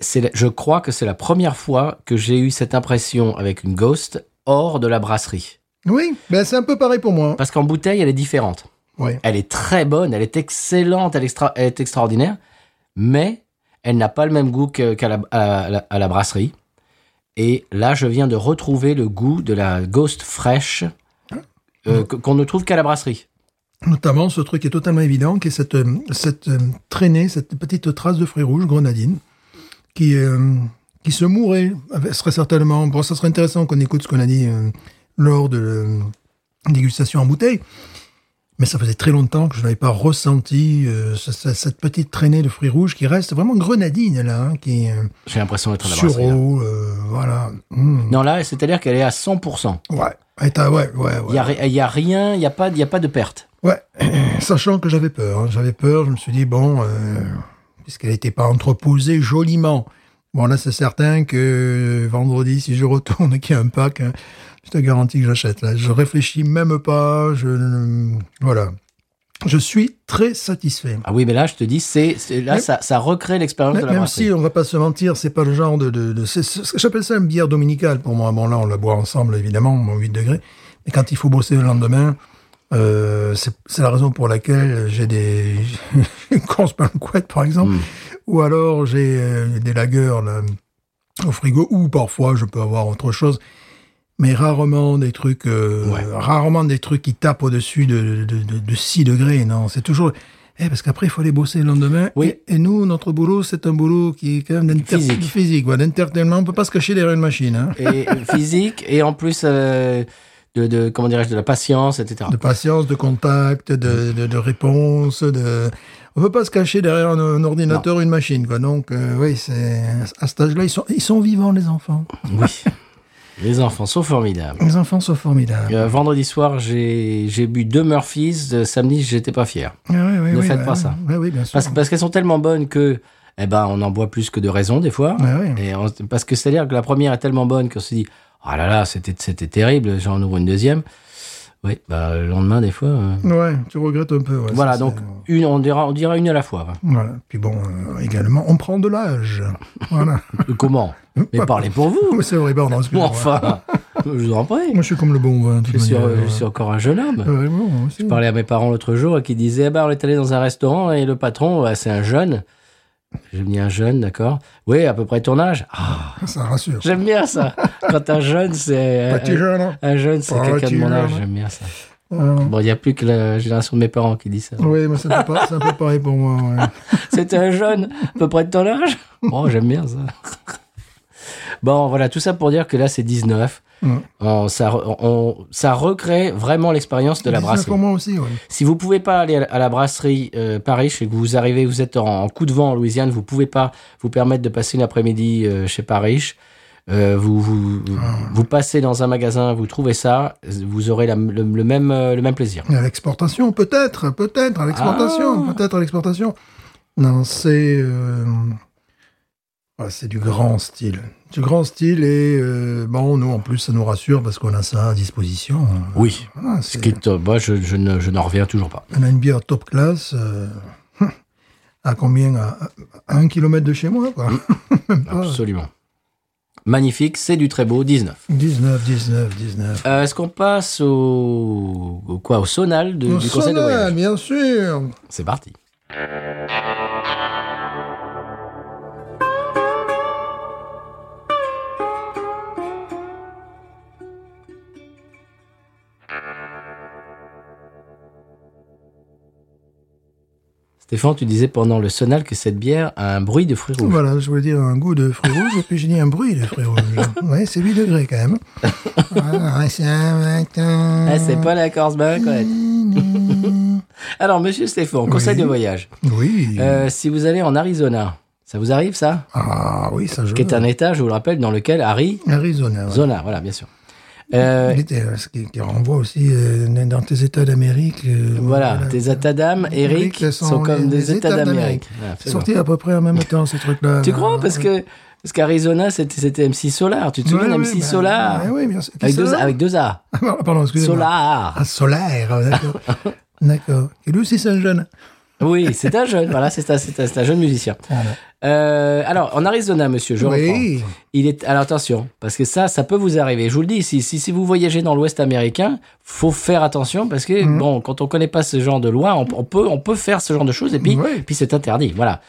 A: C'est la- je crois que c'est la première fois que j'ai eu cette impression avec une Ghost hors de la brasserie.
B: Oui, ben c'est un peu pareil pour moi.
A: Parce qu'en bouteille, elle est différente.
B: Oui.
A: Elle est très bonne, elle est excellente, elle, est extra- elle est extraordinaire, mais elle n'a pas le même goût que- qu'à la, à la- à la brasserie. Et là, je viens de retrouver le goût de la Ghost fraîche euh, que- qu'on ne trouve qu'à la brasserie.
B: Notamment ce truc qui est totalement évident, qui est cette, euh, cette euh, traînée, cette petite trace de fruits rouges grenadine, qui, euh, qui se mourait, avec- serait certainement. Bon, ça serait intéressant qu'on écoute ce qu'on a dit euh, lors de la dégustation en bouteille. Mais ça faisait très longtemps que je n'avais pas ressenti euh, ce- ce- cette petite traînée de fruits rouges qui reste vraiment grenadine là, hein, qui est euh,
A: J'ai l'impression d'être à la brasserie. hein. là.
B: sureau, euh, voilà. Mm.
A: Non, là, c'est-à-dire qu'elle est à 100%.
B: Ouais. Et t'as- ouais, ouais, ouais.
A: Il y a ri- il y a, rien, il n'y a, pas- il y a pas de perte.
B: Ouais, sachant que j'avais peur. hein. J'avais peur, je me suis dit, bon, euh, puisqu'elle n'était pas entreposée joliment. Bon, là, c'est certain que euh, vendredi, si je retourne et qu'il y a un pack, hein, je te garantis que j'achète. Là, je réfléchis même pas. Je, ne- voilà. Je suis très satisfait.
A: Ah oui, mais là, je te dis, c'est c'est- là,
B: Mais-
A: ça, ça recrée l'expérience de
B: Même
A: la
B: même
A: brasserie.
B: si on va pas se mentir, c'est pas le genre de. de, de- c'est- c'est- J'appelle ça une bière dominicale pour moi. Bon, là, on la boit ensemble, évidemment, mon 8 degrés. Mais quand il faut bosser le lendemain, euh, c'est c'est la raison pour laquelle j'ai des. j'ai une course par le couette, par exemple.
A: Hmm.
B: Ou alors, j'ai euh, des lagueurs là, au frigo. Ou parfois, je peux avoir autre chose. Mais rarement des trucs, euh,
A: Ouais.
B: rarement des trucs qui tapent au-dessus de, de, de, de 6 degrés. Non, c'est toujours. Eh, parce qu'après, il faut aller bosser le lendemain.
A: Oui.
B: Et, et nous, notre boulot, c'est un boulot qui est quand même d'inter-
A: Physique.
B: physique ouais, d'entertainment. On peut pas se cacher derrière une machine. Hein.
A: Et euh, physique, et en plus, euh, de, de- comment dirais-je, de la patience, etc.
B: De patience, de contact,
A: Mm.
B: de, de, de réponse. De... On peut pas se cacher derrière un, un ordinateur ou une machine. Quoi. Donc, euh, oui, c'est à cet âge-là, ils sont, ils sont vivants, les enfants.
A: Oui. Les enfants sont formidables.
B: Les enfants sont formidables.
A: Euh, vendredi soir, j'ai j'ai bu deux Murphys. euh, Samedi, j'étais pas fier.
B: Ah
A: Ne faites pas ça.
B: Oui, oui, bien sûr.
A: Parce, parce qu'elles sont tellement bonnes que, eh ben, on en boit plus que de raison, des fois.
B: Ouais, ouais.
A: Mmh. Et on- parce que c'est-à-dire que la première est tellement bonne qu'on se dit Ah là là, c'était c'était terrible, j'en ouvre une deuxième. Oui, bah, le lendemain, des fois. euh,
B: Ouais, tu regrettes un peu. ouais,
A: voilà,
B: ça,
A: donc
B: c'est-
A: une, on, dira, on dira une à la fois. hein.
B: Voilà. Puis bon, euh, également, on prend de l'âge. Voilà.
A: Comment Mais parlez pour vous
B: Oui, c'est vrai, pardon,
A: Bon,
B: excusez-moi.
A: Enfin Je vous en prie
B: Moi, je suis comme le bon vin, de toute
A: je suis,
B: manière. euh, Ah
A: euh, je suis encore un jeune homme.
B: Ouais, bon, moi aussi.
A: Je parlais à mes parents l'autre jour et qui disaient bah, on est allé dans un restaurant et le patron, bah, c'est un jeune. J'aime bien un jeune, d'accord Oui, à peu près ton âge. Ah,
B: Ça rassure.
A: J'aime bien ça Quand un jeune, c'est.
B: Petit
A: Un,
B: jeune, hein.
A: un jeune, c'est
B: Pas
A: quelqu'un de mon
B: jeune.
A: âge, j'aime bien ça.
B: Euh,
A: Bon, il n'y a plus que la génération de mes parents qui dit ça.
B: Oui, Euh, mais c'est un, peu pas- c'est un peu pareil pour moi. ouais.
A: C'était un jeune, à peu près de ton âge. Bon, j'aime bien ça. Bon, voilà, tout ça pour dire que là, c'est 19.
B: Mm.
A: On- ça, re- on- ça recrée vraiment l'expérience de la
B: 19
A: brasserie.
B: pour moi aussi, oui.
A: Si vous pouvez pas aller à la- à la brasserie euh, Paris, et que vous arrivez, vous êtes en, en coup de vent en Louisiane, vous pouvez pas vous permettre de passer une après-midi euh, chez Paris. Euh, vous, vous, vous- vous passez dans un magasin, vous trouvez ça, vous aurez la- le, le même, euh, le même plaisir.
B: À l'exportation, peut-être, peut-être, à l'exportation,
A: Ah.
B: peut-être à l'exportation. Non, c'est... euh, Ouais, c'est du grand style. Du grand style et euh, bon, nous en plus ça nous rassure parce qu'on a ça à disposition.
A: Oui.
B: Voilà,
A: Ce
B: c'est-
A: qui est top. Moi, je, je ne- je n'en reviens toujours pas.
B: on a une bière top classe euh, à combien à, à un kilomètre de chez moi quoi. Même pas.
A: Absolument. Magnifique, c'est du très beau, 19.
B: 19, 19, 19.
A: Euh, Est-ce qu'on passe au, au quoi au sonal de-
B: On
A: Ah, du conseil de
B: sonne,
A: voyage
B: bien sûr.
A: C'est parti. Stéphane, tu disais pendant le sonal que cette bière a un bruit de fruits rouges.
B: Voilà, je voulais dire un goût de fruits rouges, et puis j'ai dit un bruit de fruits rouges. ouais, c'est 8 degrés quand même. Ah, c'est un matin.
A: Eh, c'est pas la Corse bien correcte. Alors, monsieur Stéphane, conseil
B: Oui.
A: de voyage.
B: Oui.
A: Euh, si vous allez en Arizona, ça vous arrive ça
B: Ah oui, ça joue.
A: Qui est un état, je vous le rappelle, dans lequel Arizona,
B: Arizona. ouais.
A: voilà, bien sûr. Euh,
B: Il était, euh, ce qui, qui renvoie aussi euh, dans tes États d'Amérique. euh,
A: voilà, tes états d'âme, Eric,
B: ce
A: sont, comme
B: les-
A: des
B: les
A: états d'Amérique. Voilà,
B: C'est
A: absolument.
B: sorti à peu près en même temps, ces trucs-là.
A: Tu
B: là.
A: crois Parce que parce qu'Arizona, c'était c'était MC Solar. Tu te
B: Ouais,
A: souviens
B: ouais,
A: d'MC
B: bah,
A: Solar
B: ouais, ouais, bien sûr.
A: avec, deux,
B: Solar
A: avec deux A.
B: Ah, Pardon, excusez-moi.
A: Solar.
B: Ah, solaire, ah, d'accord. d'accord. Et lui aussi, c'est un jeune.
A: Oui, c'est un jeune. voilà, c'est un, c'est un- c'est un jeune musicien. Euh, alors, en Arizona, monsieur, je reprends.
B: oui.
A: Il est alors attention parce que ça ça peut vous arriver. Je vous le dis si si, si vous voyagez dans l'Ouest américain, faut faire attention parce que
B: Mm.
A: bon quand on connaît pas ce genre de loi, on, on peut on peut faire ce genre de choses et puis
B: Oui.
A: puis c'est interdit. Voilà.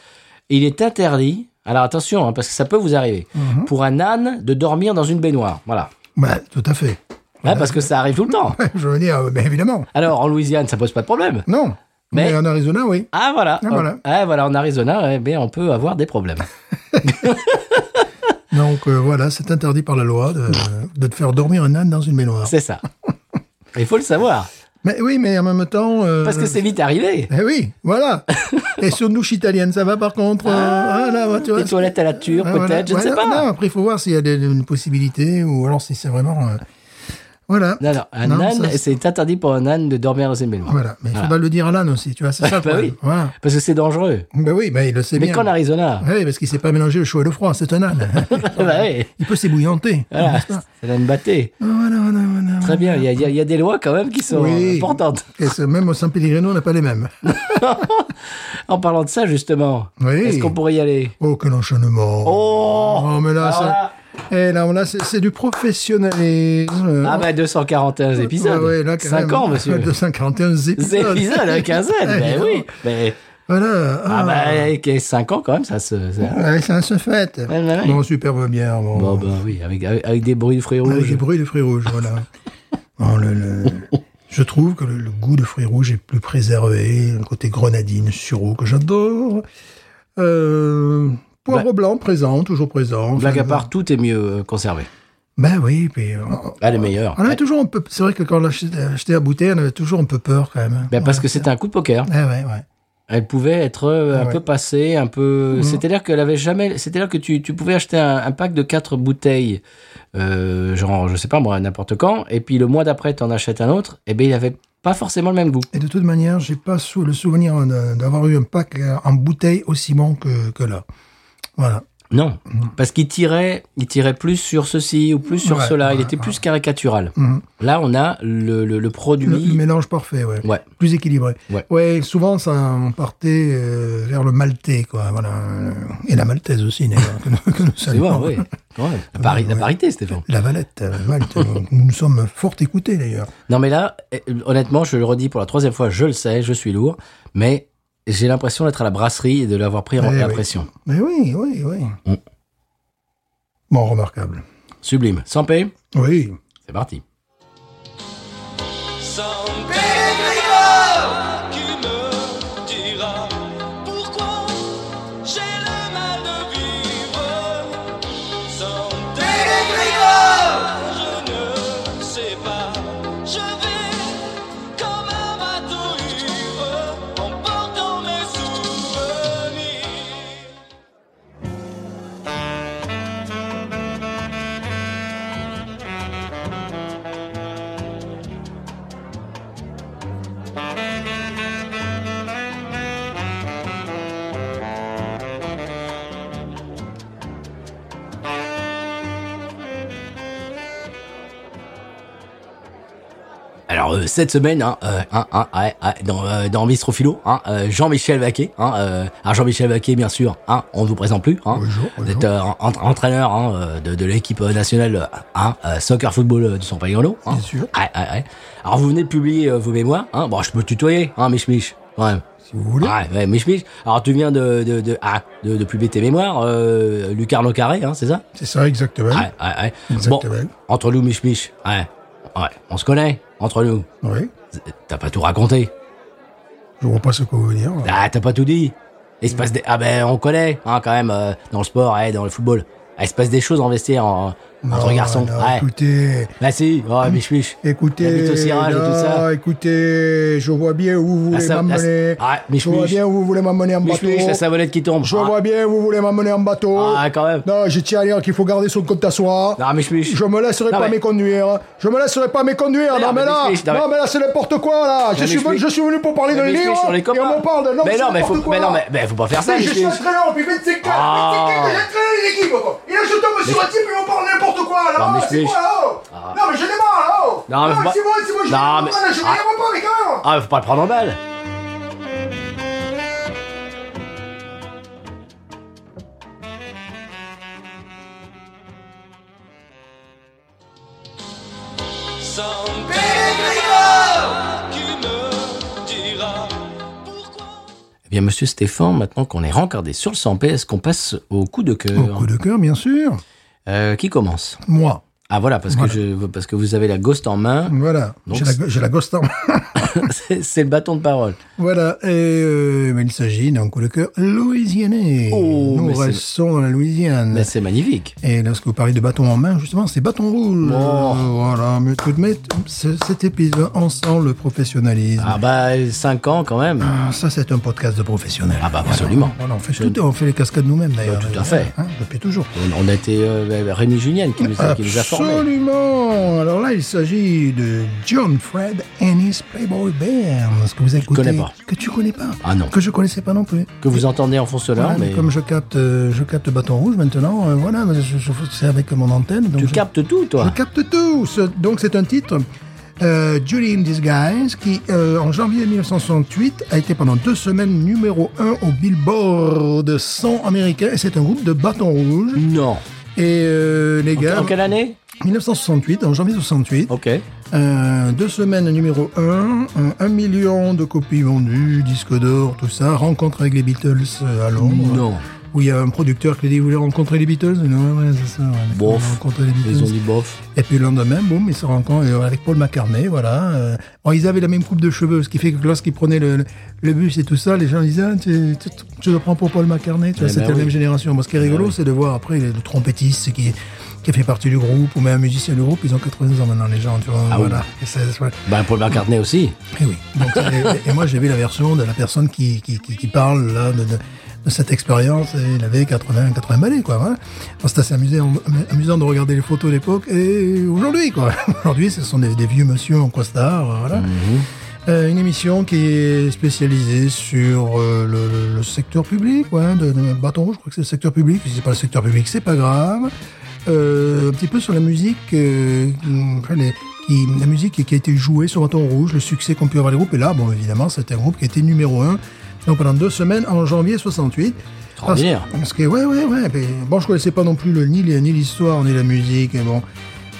A: Il est interdit. Alors attention hein, parce que ça peut vous arriver
B: Mm-hmm.
A: pour un âne de dormir dans une baignoire. Voilà.
B: Bah, tout à fait.
A: Hein, parce que ça arrive tout le temps.
B: Je veux dire, euh, ben, évidemment.
A: Alors en Louisiane ça pose pas de problème.
B: Non.
A: Mais-
B: Mais, en Arizona, oui.
A: Ah voilà.
B: Ah, voilà.
A: Ah, voilà en Arizona eh bien on peut avoir des problèmes.
B: Donc euh, voilà, c'est interdit par la loi de, de te faire dormir un âne dans une baignoire.
A: C'est ça. Il faut le savoir
B: Mais oui, mais en même temps. euh,
A: parce que c'est vite arrivé.
B: Eh oui, voilà. Et sur une douche italienne, ça va par contre. euh, ah, là, bah, tu vois,
A: Des toilettes à la turque
B: Ah,
A: peut-être,
B: voilà.
A: je ne
B: Ouais,
A: sais
B: non,
A: pas.
B: non, après, il faut voir s'il y a des, une possibilité ou alors si c'est vraiment. euh, voilà.
A: Non, non, un
B: Non,
A: âne,
B: ça,
A: c'est interdit pour un âne de dormir dans une baignoire.
B: Voilà. Mais il faudra le dire à l'âne aussi, tu vois, c'est ça
A: Bah
B: le problème.
A: oui.
B: Voilà.
A: Parce que c'est dangereux.
B: Ben oui, ben, il le sait
A: Mais
B: bien.
A: qu'en Arizona,
B: Oui, parce qu'il ne s'est pas mélangé le chaud et le froid, c'est un âne.
A: bah oui,
B: il peut s'ébouillanter.
A: voilà,
B: n'est-ce
A: Ah, ça
B: pas Ah,
A: va me battre.
B: Voilà, voilà, voilà.
A: Très bien, il y, a- il y a- il y a des lois quand même qui sont
B: Oui.
A: importantes.
B: Et c'est- même au San Pellegrino, on n'a pas les mêmes.
A: En parlant de ça, justement,
B: Oui.
A: est-ce qu'on pourrait y aller
B: Oh, quel enchaînement.
A: Oh,
B: Oh, mais là,
A: Alors
B: ça... Eh, là, on- là, c'est c'est du professionnalisme.
A: Ah bah 241 épisodes.
B: Ouais, ouais, là, quand
A: 5
B: même.
A: ans, monsieur.
B: 241
A: Des
B: épisodes.
A: épisodes, la quinzaine,
B: Eh,
A: ben
B: dis
A: oui.
B: donc.
A: Mais,
B: Voilà.
A: ah bah, 5 ans quand même, ça se... ça-
B: Ouais, ça se fait.
A: Ouais, ouais, ouais.
B: Bon, superbe bière. Bon,
A: Bon, bah oui, avec, avec, avec des bruits de fruits
B: Avec
A: rouges.
B: des bruits de fruits rouges, voilà. Bon, le- le- je trouve que le, le goût de fruits rouges est plus préservé. Le côté grenadine, sureau que j'adore. Euh, poivre blanc présent, toujours présent.
A: Blague à
B: Enfin,
A: part, tout est mieux euh, conservé.
B: Ben oui, puis euh,
A: Ah, les meilleurs.
B: on avait toujours un peu. C'est vrai que quand on l'achetait achetait à bouteille, on avait toujours un peu peur quand même.
A: Ben, parce que c'était un coup de poker.
B: Ouais, Eh ouais, ouais.
A: Elle pouvait être euh, un
B: Ah, Ouais. Mhm.
A: peu passée, un peu. C'est-à-dire qu'elle avait jamais. C'est-à-dire que tu, tu pouvais acheter un, un pack de quatre bouteilles, euh, genre, je sais pas moi, n'importe quand, et puis le mois d'après, t'en achètes un autre, et ben il avait pas forcément le même goût.
B: Et de toute manière, j'ai pas sou- le souvenir d'un- d'avoir eu un pack euh, en bouteille aussi bon que, que là. Voilà.
A: Non. Parce qu'il tirait, il tirait plus sur ceci ou plus sur
B: Mhm. Ouais,
A: cela. il
B: ouais,
A: était plus caricatural.
B: Mhm.
A: Là, on a le, le, le produit.
B: Le, le mélange parfait, ouais.
A: Ouais.
B: Plus équilibré.
A: Ouais.
B: souvent, ça, on partait euh, vers le maltais, quoi. Voilà. Et la maltaise aussi, d'ailleurs. que nous- que nous
A: Tu vois,
B: saluons.
A: oui. Ouais. La, pari- la
B: Ouais.
A: parité, Stéphane.
B: La valette, euh, Malte. nous nous sommes fort écoutés, d'ailleurs.
A: Non, mais là, euh, honnêtement, je le redis pour la troisième fois, je le sais, je suis lourd, mais j'ai l'impression d'être à la brasserie et de l'avoir pris en
B: Eh
A: la
B: oui.
A: pression.
B: Mais oui, oui, oui.
A: Mm.
B: Bon, remarquable.
A: Sublime. Sans paix,
B: Oui.
A: c'est parti.
C: Sans Pellegrino qui me dira pourquoi j'ai le mal de vivre. Sans Pellegrino, je ne sais pas. Je vais comme un bateau ivre en portant mes souvenirs.
D: Thank
A: Alors euh, cette semaine, hein, euh, hein, hein, ouais, ouais, dans, euh, dans Bistrophilo, hein, euh, Jean-Michel Vaquet. Hein, euh, alors Jean-Michel Vaquet, bien sûr, hein, on ne vous présente plus. Hein,
E: Bonjour,
A: vous
E: bonjour.
A: êtes euh, en- en- entraîneur hein, euh, de, de l'équipe nationale euh, hein, euh, soccer football euh, de San Paolo. Hein,
E: Bien sûr.
A: Ouais, ouais, ouais. Alors vous venez de publier euh, vos mémoires. Hein, bon, je peux tutoyer, hein, Mich Mich, quand même.
E: Si vous voulez.
A: Ouais, ouais, Mich Mich. Alors tu viens de de de, ah, de, de publier tes mémoires, euh, Lucarno Carré, hein, c'est ça
E: C'est ça, exactement.
A: Ouais, ouais, ouais. Bon,
E: Exactement.
A: entre nous, Mich Mich, ouais, ouais, on se connaît, entre nous.
E: Oui.
A: T'as pas tout raconté.
E: Je vois pas ce qu'on veut dire.
A: Ah, t'as pas tout dit. Il se passe des... Ah ben, on connaît, hein, quand même, euh, dans le sport, et dans le football. Ah, il se passe des choses en vestiaire, en- entre
E: Non,
A: garçons.
E: non,
A: ouais.
E: Écoutez,
A: Bah si, oh, mich mich.
E: écoutez,
A: J'habite au Cirage et tout ça.
E: non, écoutez, je vois bien où vous
A: La
E: voulez
A: sa- la-
E: m'emmener.
A: Ah, mich
E: Je vois
A: mich.
E: bien où vous voulez m'emmener en
A: Mich
E: bateau.
A: mich, la savonnette qui tombe.
E: Je
A: ah,
E: vois bien où vous voulez m'emmener en bateau.
A: ah, quand même.
E: Non, je tiens à dire qu'il faut garder son compte à soi.
A: Non, mich mich.
E: Je me laisserai
A: Non,
E: pas
A: mais-
E: m'éconduire. Je me laisserai pas m'éconduire.
A: Mais
E: Non,
A: non,
E: mais
A: mais
E: là,
A: m'explique, non,
E: non,
A: mais-
E: mais là, c'est n'importe quoi, là. Je
A: Mais
E: suis, venu,
A: m'explique.
E: je suis venu pour parler de
A: Mich mich
E: livre.
A: sur les
E: Et
A: copains.
E: on me parle de non,
A: mais
E: c'est
A: non, mais
E: n'importe
A: faut,
E: quoi.
A: mais non, mais, mais faut pas faire ça,
E: Mais je
A: mich
E: suis
A: mich.
E: entraîneur depuis 25 ans,
A: Ah.
E: 25 ans que j'ai entraîné les équipes, quoi. Et là, je tombe sur un type et on parle n'importe quoi, là.
A: Non, mais je
E: c'est
A: suis-
E: quoi, là-haut Non, mais je démarre, là-haut.
A: Non, mais faut pas-
E: c'est bon, c'est bon, je
A: Non,
E: démarre,
A: mais-
E: là, je
A: Ah.
E: démarre pas, mais quand même.
A: Ah, faut pas le prendre en balle.
C: Sans Pellegrino qui me dira pourquoi.
A: Eh bien, monsieur Stéphane, maintenant qu'on est rencardé sur le 100p, est-ce qu'on passe au coup de cœur
E: de cœur, bien sûr.
A: Euh, Qui commence
E: Moi,
A: Ah, voilà, parce,
E: Voilà.
A: Que je, parce que vous avez la ghost en main.
E: voilà.
A: Donc, J'ai la c'est-
E: ghost
A: C'est c'est le bâton de parole.
E: Voilà, et euh, mais il s'agit d'un coup de cœur louisianais.
A: Oh, mais
E: Nous
A: c'est-
E: restons dans la Louisiane.
A: Mais c'est magnifique.
E: Et lorsque vous parlez de bâton en main, justement, c'est bâton rouge.
A: Oh.
E: Voilà, mais tout de même, ce- cet épisode ensemble, le professionnalisme.
A: Ah bah, 5 ans quand même.
E: Ah, Ça, c'est un podcast de professionnels.
A: Ah bah, absolument.
E: Voilà, on fait,
A: Je-
E: tout, on fait les cascades nous-mêmes, d'ailleurs.
A: Bah, tout à fait.
E: Hein, depuis toujours.
A: On- On a été euh, Rémi Julien qui nous a, qui nous a formés.
E: Absolument. Alors là, il s'agit de John Fred and his Playboy Band. Ce que vous écoutez.
A: connais pas.
E: Que tu connais pas.
A: Ah non.
E: Que je connaissais pas non plus.
A: Que vous entendez en fond
E: Voilà,
A: sonore, mais
E: Comme je capte, euh, je capte Bâton Rouge maintenant, euh, voilà, je- je- je- c'est avec mon antenne. Donc
A: tu
E: je,
A: captes tout,
E: je
A: toi.
E: capte tout. Ce- donc c'est un titre, euh, Julie in Disguise, qui euh, en janvier 1968 a été pendant deux semaines numéro 1 au Billboard 100 américain. Et c'est un groupe de Bâton Rouge.
A: Non.
E: Et euh, les gars,
A: En quelle année
E: 1968, en janvier 68,
A: Ok.
E: euh, deux semaines numéro 1, un million de copies vendues, disque d'or, tout ça, rencontre avec les Beatles euh, à Londres
A: Non.
E: où il y a un producteur qui a dit Vous voulez rencontrer les Beatles Non, ouais, ouais, c'est ça. ouais, d'accord,
A: Bof.
E: rencontrer les
A: Ils ont
E: Beatles.
A: dit bof.
E: Et puis le lendemain, boum, ils se rencontrent euh, avec Paul McCartney, voilà. euh. Bon, ils avaient la même coupe de cheveux, ce qui fait que lorsqu'ils prenaient le, le- le bus et tout ça, les gens disaient Ah, tu, tu, tu le prends pour Paul McCartney, tu vois,
A: Eh ben
E: c'était la
A: oui. Eh ben
E: même génération. Moi, ce qui est rigolo,
A: oui.
E: c'est de voir après le trompettiste qui, qui a fait partie du groupe, ou même un musicien du groupe, ils ont 80 ans maintenant, les gens, tu vois.
A: Ah oui.
E: voilà. Et c'est- ouais.
A: Ben, Paul McCartney aussi.
E: Et Eh oui. Donc, et, et moi, j'ai vu la version de la personne qui, qui, qui, qui parle là, de, de, de cette expérience. et Il avait 80, 80 balais, quoi. Voilà. Bon, c'est assez amusant, amusant de regarder les photos de l'époque et aujourd'hui, quoi. Aujourd'hui, ce sont des, des vieux monsieur en costard, euh, voilà. Euh, une émission qui est spécialisée sur euh, le, le- le secteur public, ouais, de, de bâton rouge, je crois que c'est le secteur public. Si c'est pas le secteur public, c'est pas grave. Euh, un petit peu sur la musique, euh, enfin, les- qui, la musique qui a été jouée sur Bâton Rouge, le succès qu'ont pu avoir les groupes. Et là, bon, évidemment, c'était un groupe qui était numéro 1 donc pendant deux semaines en janvier 68. Parce,
A: Extraordinaire.
E: parce que, ouais, ouais, ouais. mais bon, je connaissais pas non plus le, ni les- ni l'histoire, ni la musique. Et bon,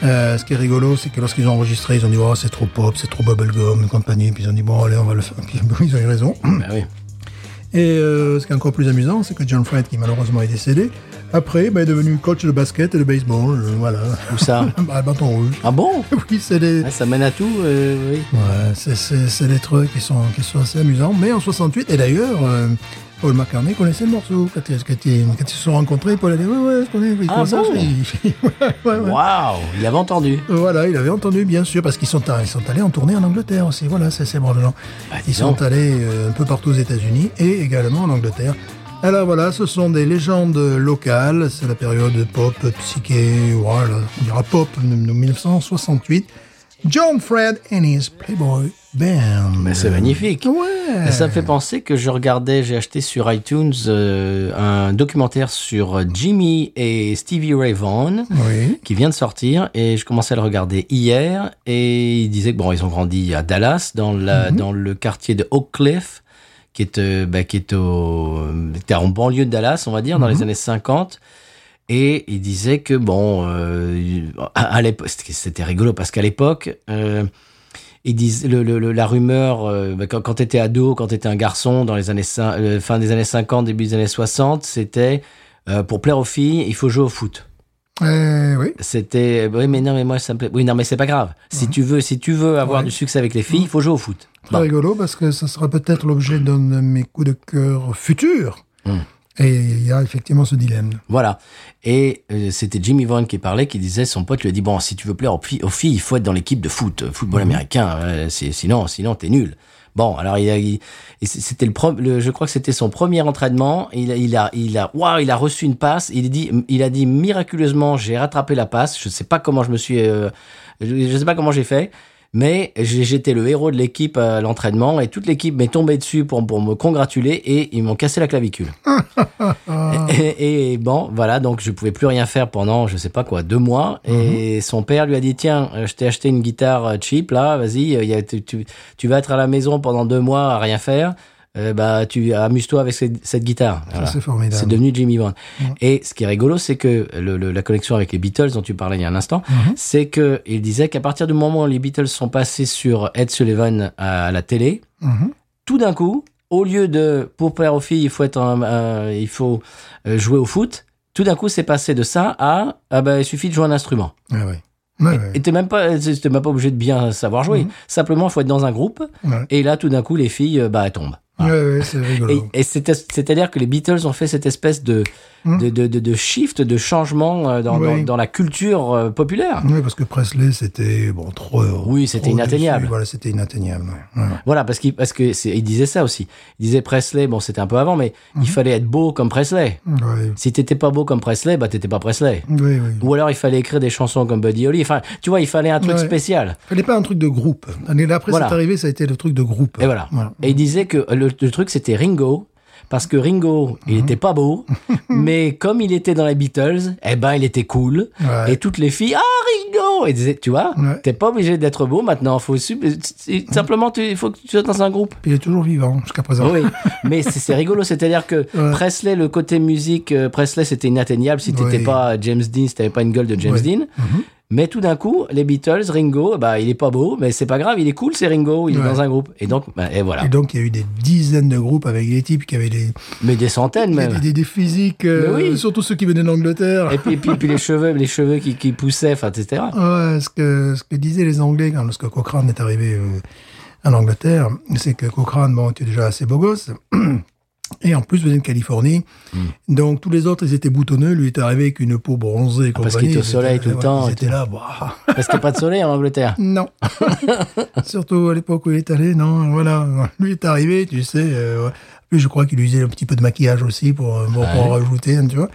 E: euh, ce qui est rigolo, c'est que lorsqu'ils ont enregistré, ils ont dit, oh, c'est trop pop, c'est trop bubblegum et compagnie. Puis ils ont dit, bon, allez, on va le faire. Puis ils ont eu raison.
A: Ben oui.
E: Et euh, ce qui est encore plus amusant, c'est que John Fred, qui malheureusement est décédé, après bah, est devenu coach de basket et de baseball. euh, voilà.
A: Où ça
E: Bah, le bâton rouge.
A: Ah bon
E: oui, c'est des,
A: Ah, Ça mène à tout, euh, oui.
E: ouais, c'est- c'est c'est des trucs qui sont, qui sont assez amusants. Mais en 68, et d'ailleurs, euh, Paul McCartney connaissait le morceau. Quand, ils- quand ils quand ils se sont rencontrés, Paul a dit Ouais, ouais, je connais. Il
A: Ah
E: commence à-
A: bon
E: il- ouais, ouais, ouais.
A: Waouh Il avait entendu.
E: Voilà, il avait entendu, bien sûr, parce qu'ils sont, à- ils sont allés en tournée en Angleterre aussi. Voilà, c'est ces branles gens. ils sont
A: Ah, donc.
E: allés euh, un peu partout aux États-Unis et également en Angleterre. Alors voilà, ce sont des légendes locales. C'est la période pop, psyché, voilà, on dira pop, de 1968. John Fred and his Playboy Band.
A: Mais c'est magnifique.
E: Ouais.
A: Ça me fait penser que je regardais, j'ai acheté sur iTunes euh, un documentaire sur Jimmy et Stevie Ray Vaughan
E: Oui.
A: qui vient de sortir et je commençais à le regarder hier et il disait que bon ils ont grandi à Dallas dans la dans le quartier de Oak Cliff qui est euh, bah, qui est au qui est en banlieue de Dallas on va dire dans les années 50 et il disait que bon euh, à, à l'époque c'était c'était rigolo parce qu'à l'époque euh, ils disent le, le- le- la rumeur euh, bah, quand, quand t'étais ado, quand t'étais un garçon dans les années cin- euh, fin des années 50, début des années 60, c'était euh, pour plaire aux filles, il faut jouer au foot.
E: Euh, oui.
A: C'était oui mais non mais moi ça me plaît. Oui non mais c'est pas grave. Si tu veux si tu veux avoir
E: Mhm.
A: du
E: Ouais.
A: succès avec les filles, il faut jouer au foot.
E: Très
A: Bon.
E: rigolo parce que ça sera peut-être l'objet d'un de mes coups de cœur futurs.
A: Mhm.
E: Et il y a effectivement ce dilemme.
A: Voilà. Et euh, c'était Jimmy Vaughan qui parlait qui disait son pote lui a dit bon si tu veux plaire aux, fi- aux filles, il faut être dans l'équipe de foot, euh,
E: Mhm.
A: football américain, euh, c'est- sinon sinon t'es nul. Bon, alors il a, il- et c- c'était le, pro- le- je crois que c'était son premier entraînement, il a il a il a waouh, il a reçu une passe, il dit il a dit miraculeusement, j'ai rattrapé la passe, je sais pas comment je me suis euh, je, je sais pas comment j'ai fait. Mais j'ai- j'étais le héros de l'équipe à l'entraînement et toute l'équipe m'est tombée dessus pour, pour me congratuler et ils m'ont cassé la clavicule. Et, et bon, voilà, donc je pouvais plus rien faire pendant, je sais pas quoi, deux mois.
E: Mhm.
A: Et son père lui a dit tiens, euh, je t'ai acheté une guitare euh, cheap là, vas-y, euh, y a- tu, tu- tu vas être à la maison pendant deux mois à rien faire. Euh, bah, tu amuse-toi avec cette, cette guitare. Voilà.
E: Ça, c'est formidable.
A: C'est devenu Jimmy Vaughan. Et ce qui est rigolo, c'est que le- le- la connexion avec les Beatles dont tu parlais il y a un instant,
E: Mhm.
A: c'est que il disait qu'à partir du moment où les Beatles sont passés sur Ed Sullivan à la télé,
E: Mhm.
A: tout d'un coup, au lieu de pour plaire aux filles, il faut être un- un- il faut euh, jouer au foot. Tout d'un coup, c'est passé de ça à ah ben il suffit de jouer un instrument.
E: Ah oui. Ouais, ouais. Mhm.
A: Et t'es même pas t'es même pas obligé de bien savoir jouer. Simplement, il faut être dans un groupe.
E: Ouais.
A: Et là, tout d'un coup, les filles euh, bah elles tombent.
E: Ouais,
A: Voilà.
E: ouais, c'est rigolo.
A: Et, et c'était- c'est-à-dire que les Beatles ont fait cette espèce de
E: Mhm.
A: de, de, de- de shift, de changement euh, dans,
E: Oui. Hmm.
A: dans, dans la culture euh, populaire.
E: Oui, parce que Presley, c'était bon trop.
A: Oui, c'était
E: trop
A: inatteignable.
E: déçu. Voilà, c'était inatteignable. ouais. Ouais.
A: Voilà, parce qu'il parce que c'est- il disait ça aussi. Il disait Presley, bon c'était un peu avant, mais
E: Hmm.
A: il fallait être beau comme Presley.
E: Ouais.
A: Si t'étais pas beau comme Presley, bah t'étais pas Presley.
E: Oui, oui.
A: Ou alors il fallait écrire des chansons comme Buddy Holly. Enfin, tu vois, il fallait un truc
E: Ouais.
A: spécial.
E: Fallait pas un truc de groupe. L'année d'après,
A: Voilà.
E: c'est arrivé, ça a été le truc de groupe.
A: Et voilà. Et il disait que le, le truc c'était Ringo. Parce que Ringo,
E: Mhm.
A: il était pas beau, mais comme il était dans les Beatles, eh ben il était cool.
E: Ouais.
A: Et toutes les filles, ah Ringo, et disaient, tu vois,
E: Ouais.
A: t'es pas obligé d'être beau maintenant. Faut su- simplement, tu- il faut que tu sois dans un groupe.
E: Il est toujours vivant jusqu'à présent.
A: Oui, mais c'est c'est rigolo, c'est-à-dire que
E: Ouais.
A: Presley, le côté musique, euh, Presley, c'était inatteignable si t'étais
E: Oui. Mhm.
A: pas James Dean, si t'avais pas une gueule de James
E: Oui.
A: Dean. Mais tout d'un coup, les Beatles, Ringo, bah il est pas beau, mais c'est pas grave, il est cool, c'est Ringo, il est
E: Ouais.
A: dans un groupe. Et donc, bah, et voilà.
E: Et donc, il y a eu des dizaines de groupes avec des types qui avaient des,
A: Mais des centaines
E: des,
A: même.
E: des- des physiques, euh,
A: Mais oui.
E: surtout ceux qui venaient d'Angleterre.
A: Et puis, et puis, puis les cheveux, les cheveux qui, qui poussaient, enfin, etc.
E: Ouais, ce que, ce que disaient les Anglais quand lorsque Cochrane est arrivé euh, en Angleterre, c'est que Cochrane, bon, était déjà assez beau gosse. Et en plus, venait de Californie.
A: Mm.
E: Donc, tous les autres, ils étaient boutonneux. Lui, il était arrivé avec une peau bronzée. et
A: Ah, parce
E: compagnie.
A: qu'il était au
E: Ils
A: soleil
E: étaient-
A: tout le
E: ouais,
A: temps
E: Ils
A: et
E: étaient
A: tout.
E: là, bah,
A: Parce qu'il n'y a pas de soleil en Angleterre.
E: Non. Surtout à l'époque où il est allé, non, voilà. Lui est arrivé, tu sais. euh, ouais. Lui, je crois qu'il usait un petit peu de maquillage aussi pour, euh,
A: Ah
E: pour, pour en rajouter, hein, tu vois,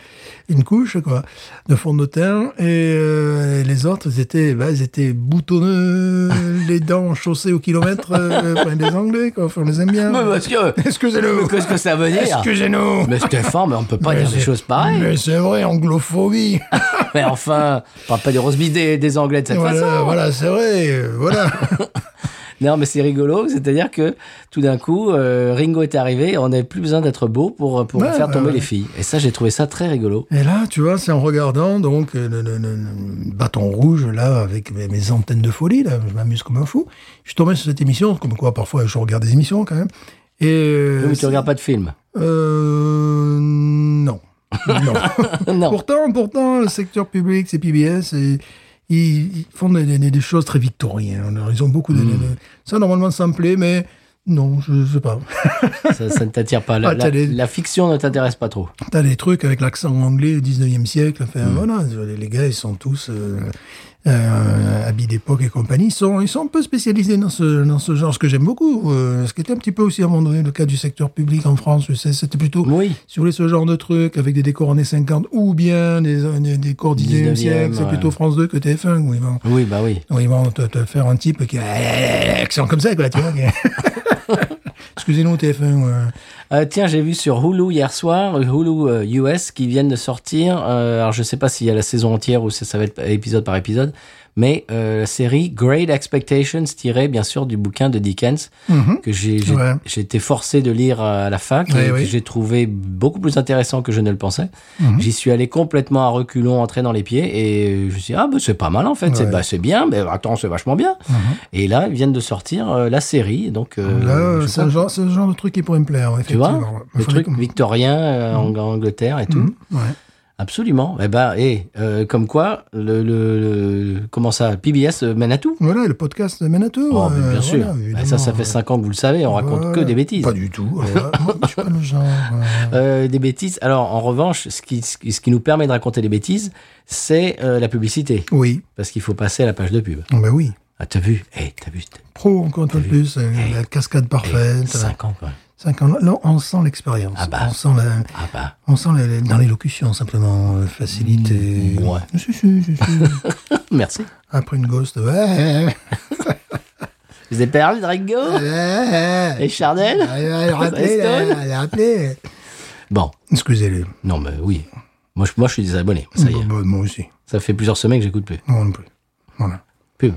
E: une couche, quoi, de fond de teint. Et euh, les autres, ils étaient, bah, ils étaient boutonneux, les dents chaussées au kilomètre, euh, enfin, des Anglais, quoi. Enfin, on les aime bien.
A: Mais monsieur,
E: Excusez-nous.
A: mais qu'est-ce que ça veut dire
E: Excusez-nous.
A: mais Stéphane, mais on ne peut pas
E: Mais
A: dire des
E: c'est-
A: choses pareilles.
E: Mais c'est vrai, anglophobie.
A: Mais enfin, on parle pas des rosebifs des, des Anglais de cette
E: voilà,
A: façon.
E: voilà, c'est vrai, euh, voilà.
A: Non, mais c'est rigolo, c'est-à-dire que tout d'un coup, euh, Ringo est arrivé, et on n'avait plus besoin d'être beau pour, pour
E: Ouais,
A: faire
E: ouais,
A: tomber
E: ouais.
A: les filles. Et ça, j'ai trouvé ça très rigolo.
E: Et là, tu vois, c'est en regardant donc euh, le, le- le- le bâton rouge là avec mes, mes antennes de folie là, je m'amuse comme un fou. Je suis tombé sur cette émission, comme quoi parfois je regarde des émissions quand même. Et euh,
A: Oui, mais tu
E: c'est-
A: regardes pas de film.
E: euh, non, non.
A: non.
E: pourtant, pourtant, le secteur public, c'est PBS et
A: Hmm.
E: ils, ils font des, des- des choses très victoriennes. Alors, ils ont beaucoup de, de- de- ça normalement ça me plaît, mais Non, je sais pas.
A: Ça, ça ne t'attire pas. La,
E: Ah, t'as
A: la-
E: des-
A: la fiction ne t'intéresse pas trop.
E: T'as des trucs avec l'accent anglais du 19e siècle. Enfin,
A: Mm.
E: voilà, les, les gars, ils sont tous euh, euh, habits d'époque et compagnie. Ils sont, ils sont un peu spécialisés dans ce, dans ce genre, ce que j'aime beaucoup. euh, ce qui était un petit peu aussi, à un moment donné, le cas du secteur public en France. tu sais, C'était plutôt,
A: Oui.
E: si vous voulez, ce genre de truc avec des décors années 50 ou bien des, des décors 19e,
A: 19e,
E: siècle. C'est
A: ouais.
E: plutôt France 2 que TF1. où ils vont-
A: Oui, bah oui.
E: où ils vont te, te faire un type qui a l'accent comme ça, quoi, tu vois. qui- Excusez-nous, TF1. ouais.
A: Euh, tiens, j'ai vu sur Hulu hier soir, Hulu euh, US, qui viennent de sortir, euh, alors je sais pas s'il y a la saison entière ou si ça va être épisode par épisode, mais euh, la série Great Expectations, tirée bien sûr du bouquin de Dickens,
E: Mhm.
A: que j'ai j'ai-
E: Ouais.
A: j'ai été forcé de lire à la fac,
E: Ouais,
A: et
E: oui. Mhm.
A: que j'ai trouvé beaucoup plus intéressant que je ne le pensais. J'y suis allé complètement à reculons, entré dans les pieds, et je me suis dit, ah, bah, c'est pas mal en fait, c'est
E: Ouais. Mhm.
A: bah, c'est bien, mais attends, c'est vachement bien. Et là, ils viennent de sortir euh, la série, donc. euh,
E: Là,
A: je sais
E: c'est le, genre, c'est le genre de truc qui pourrait me plaire, ouais,
A: tu vois,
E: effectivement.
A: le
E: Faudrait
A: truc Hmm
E: qu'on-
A: victorien euh,
E: Mm.
A: en en Angleterre et tout.
E: Mhm, ouais.
A: Absolument. Eh ben, eh, euh, comme quoi, le, le- le- comment ça, PBS euh, mène à tout.
E: Voilà, et le podcast de Manitou.
A: Oh, mais
E: euh,
A: bien sûr.
E: voilà,
A: Ben,
E: évidemment,
A: ça, ça
E: ouais.
A: fait cinq ans que vous le savez. On raconte
E: Voilà.
A: que des bêtises.
E: Pas du tout. euh, moi, je suis pas le genre. euh,
A: Euh, des bêtises. Alors, en revanche, ce qui, ce qui- ce qui nous permet de raconter des bêtises, c'est euh, la publicité,
E: Oui,
A: parce qu'il faut passer à la page de pub.
E: Oh, ben oui.
A: Ah, t'as vu Eh, t'as vu t'as-
E: Pro, encore une fois de
A: T'as vu
E: plus, euh,
A: Eh.
E: la cascade
A: eh,
E: parfaite. euh,
A: Cinq ans, quoi.
E: Cinq ans. Là, on sent l'expérience.
A: Ah bah.
E: On sent, la,
A: Ah bah.
E: on sent la- la- dans l'élocution, simplement, euh, facilité.
A: Mm, ouais.
E: Si, si, si, si.
A: Merci.
E: Après une ghost. Ouais.
A: Vous avez parlé de Ringo et
E: Ouais.
A: Chardel
E: Elle a rappelé.
A: Preston
E: Elle a rappelé.
A: Bon,
E: Excusez-le.
A: non, mais oui. Moi, je, moi, je suis désabonné. Ça y est.
E: Bah, bah, Moi aussi.
A: Ça fait plusieurs semaines que j'écoute plus.
E: Moi non plus. Voilà.
A: Pub.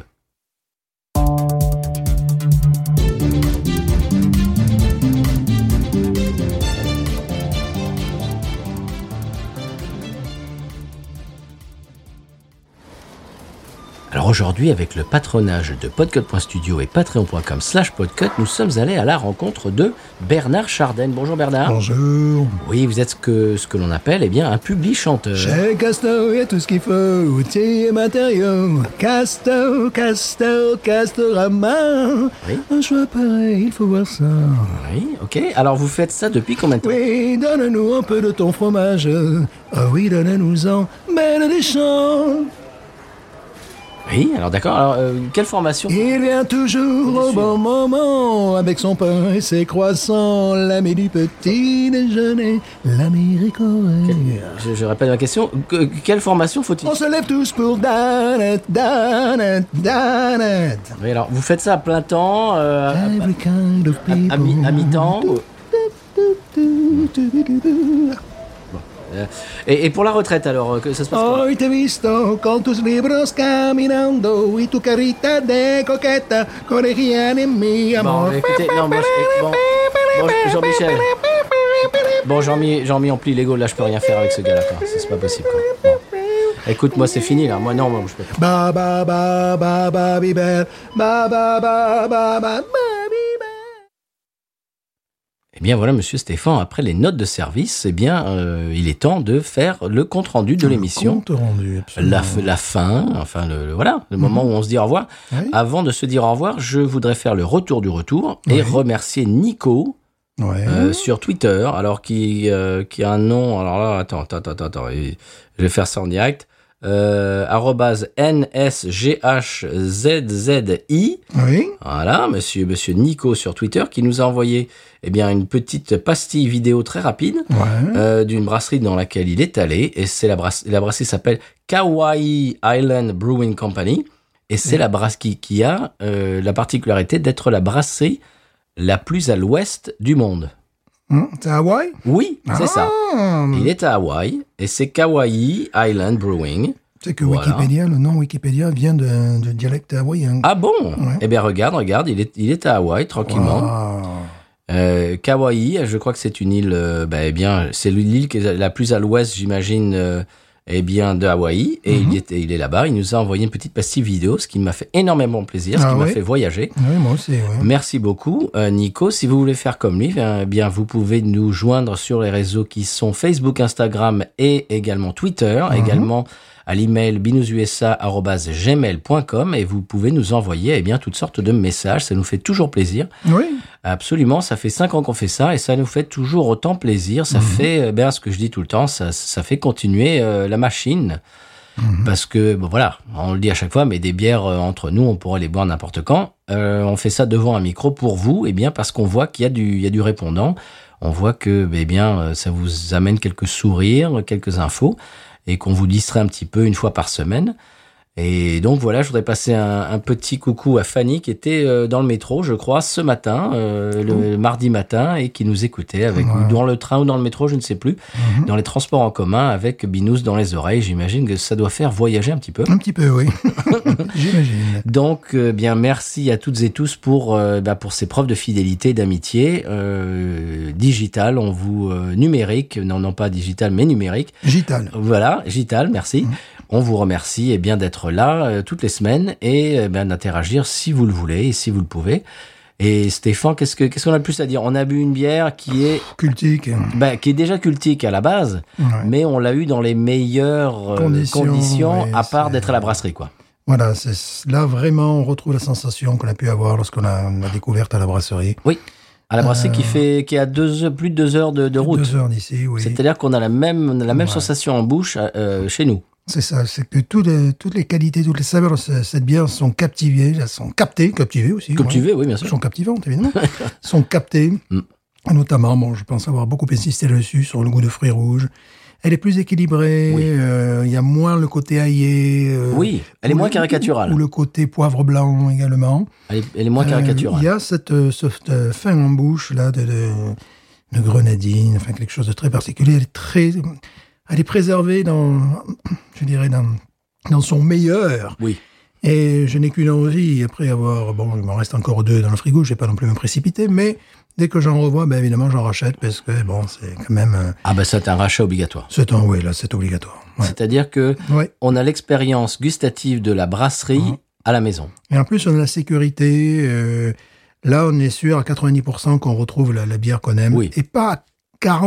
A: Alors aujourd'hui, avec le patronage de podcut.studio et patreon.com slash podcut, nous sommes allés à la rencontre de Bernard Charden. Bonjour Bernard.
E: Bonjour.
A: Oui, vous êtes ce que, ce que l'on appelle eh bien, un public chanteur.
E: Chez Casto, il y a tout ce qu'il faut, outils et matériaux. Casto, Casto, Castorama.
A: Oui.
E: Un choix pareil, il faut voir ça.
A: Oui, ok. Alors vous faites ça depuis combien de temps
E: Oui, donne-nous un peu de ton fromage. Ah oui, donne-nous-en, mêle des champs.
A: Oui, alors d'accord. Alors, euh, quelle formation
E: Il vient toujours au bon moment, avec son pain et ses croissants, l'ami du petit déjeuner, l'ami coréen.
A: je, je répète ma question. Que- quelle formation faut-il
E: On se lève tous pour Danette, Danette, Danette.
A: Oui, alors vous faites ça à plein temps, euh, à,
E: Every kind of
A: à- à- à mi- à mi-temps. ou-
E: people.
A: euh, et, et pour la retraite, alors, euh, que ça se passe comment
E: Hoy te he visto con tus libros caminando y tu carita de coqueta corregían en mi
A: Bon,
E: amor.
A: mais écoutez, non, moi, je- bon, bon, Jean-Michel. Bon, Jean-Mi, Jean-Mi, on plie l'ego. Là, je peux rien faire avec ce gars-là. quoi. C'est c'est pas possible. quoi. Bon. Écoute, moi, c'est fini là. Moi, non, moi, je peux. pas.
E: Ba ba ba ba ba bibel, ba ba ba ba ba ba bibel.
A: Eh bien, voilà, Monsieur Stéphane. Après les notes de service, eh bien, euh, il est temps de faire le compte rendu de l'émission.
E: Compte rendu, absolument. Mhm. Ah
A: la, la fin, enfin le, le- voilà, le moment où on se dit au revoir.
E: Oui.
A: Avant de se dire au revoir, je voudrais faire le retour du retour et
E: Oui. Ah.
A: remercier Nico
E: Ouais.
A: euh, sur Twitter, alors qui euh, qui a un nom. Alors là, attends, attends, attends, attends, il- je vais faire ça en direct. Euh, arrobase nsghzzzi
E: Oui.
A: voilà monsieur monsieur Nico sur Twitter qui nous a envoyé eh bien une petite pastille vidéo très rapide
E: Ouais.
A: euh, d'une brasserie dans laquelle il est allé et c'est la brasserie, la brasserie s'appelle Kauai Island Brewing Company et c'est
E: Mm.
A: la brasserie qui a euh, la particularité d'être la brasserie la plus à l'ouest du monde.
E: Hum, C'est Hawaï
A: Oui, c'est ça.
E: Ah,
A: Il est à Hawaï et c'est Kauai Island Brewing.
E: C'est que
A: Voilà.
E: Wikipédia, le nom Wikipédia vient de- du dialecte hawaïen.
A: Ah bon Eh bien regarde, regarde, il est, il est à Hawaï tranquillement.
E: Ah.
A: Euh, Kauai, je crois que c'est une île, euh, bah, eh bien, c'est l'île qui est la plus à l'ouest, j'imagine, euh, eh bien, de Hawaï. Et
E: Mhm.
A: il, est, il est là-bas. Il nous a envoyé une petite pastille vidéo, ce qui m'a fait énormément plaisir, ce
E: Ah
A: qui m'a
E: ouais
A: fait voyager.
E: Oui, moi aussi, ouais.
A: Merci beaucoup, euh, Nico. Si vous voulez faire comme lui, eh bien, vous pouvez nous joindre sur les réseaux qui sont Facebook, Instagram et également Twitter,
E: Mhm.
A: également à l'email binoususa@gmail.com et vous pouvez nous envoyer eh bien toutes sortes de messages. Ça nous fait toujours plaisir.
E: Oui.
A: Absolument, ça fait cinq ans qu'on fait ça et ça nous fait toujours autant plaisir. Ça fait, euh, ben, ce que je dis tout le temps, ça, ça fait continuer euh, la machine. Parce que, bon, voilà, on le dit à chaque fois, mais des bières euh, entre nous, on pourrait les boire n'importe quand. Euh, on fait ça devant un micro pour vous, et bien parce qu'on voit qu'il y, a du- il y a du répondant. On voit que, eh bien, euh, ça vous amène quelques sourires, quelques infos, et qu'on vous distrait un petit peu une fois par semaine. Et donc voilà, je voudrais passer un, un petit coucou à Fanny qui était euh, dans le métro, je crois, ce matin, euh, le, mardi matin, et qui nous écoutait avec
E: Ouais.
A: dans le train ou dans le métro, je ne sais plus, dans les transports en commun avec Binous dans les oreilles. J'imagine que ça doit faire voyager un petit peu.
E: Un petit peu, oui. J'imagine.
A: Donc, euh, bien, merci à toutes et tous pour, euh, bah, pour ces preuves de fidélité, d'amitié, euh, digitale, on vous euh, numérique, non, non pas digital, mais numérique.
E: Gital.
A: Voilà, Gital, merci.
E: Mm.
A: On vous remercie et bien d'être là euh, toutes les semaines et euh, ben, d'interagir si vous le voulez et si vous le pouvez. Et Stéphane, qu'est-ce que qu'est-ce qu'on a de plus à dire On a bu une bière qui est
E: Cultique.
A: bah, qui est déjà cultique à la base,
E: Ouais.
A: mais on l'a eu dans les meilleures euh,
E: Conditions,
A: conditions,
E: ouais,
A: à part
E: c'est-
A: d'être à la brasserie quoi.
E: Voilà, c'est là vraiment on retrouve la sensation qu'on a pu avoir lorsqu'on a on a découverte à la brasserie.
A: À la brasserie qui fait qui a deux heures- plus de deux heures de, de route.
E: Euh, Deux heures d'ici, oui.
A: C'est-à-dire qu'on a la même la même
E: Ouais.
A: sensation en bouche euh, chez nous.
E: C'est ça, c'est que toutes les, toutes les qualités, toutes les saveurs de ce- cette bière sont captivées, elles sont captées, captivées aussi.
A: Comme
E: ouais.
A: tu veux, oui bien sûr.
E: sont captivantes, évidemment, sont captées.
A: Mm.
E: Notamment, bon, je pense avoir beaucoup insisté là-dessus, sur le goût de fruits rouges. Elle est plus équilibrée,
A: Oui.
E: euh, il y a moins le côté aillé. euh,
A: Oui, elle est
E: ou
A: moins
E: le-
A: caricaturale.
E: Ou le côté poivre blanc également.
A: Elle est, elle est moins
E: Euh,
A: caricaturale.
E: Il y a cette, euh, cette, euh, fin en bouche là de, de, de grenadine, enfin quelque chose de très particulier. Elle est très, elle est préservée dans, je dirais dans, dans son meilleur.
A: Oui.
E: Et je n'ai qu'une envie après avoir, bon, il m'en reste encore deux dans le frigo. Je vais pas non plus me précipiter, mais dès que j'en revois, ben évidemment j'en rachète parce que bon, c'est quand même, euh,
A: Ah bah ça, c'est un rachat obligatoire.
E: ce temps oui là, c'est obligatoire. Ouais.
A: C'est-à-dire que
E: Ouais.
A: on a l'expérience gustative de la brasserie
E: Mhm.
A: à la maison.
E: Et en plus on a la sécurité. euh, Là, on est sûr à 90% qu'on retrouve la, la bière qu'on aime.
A: Oui.
E: Et pas à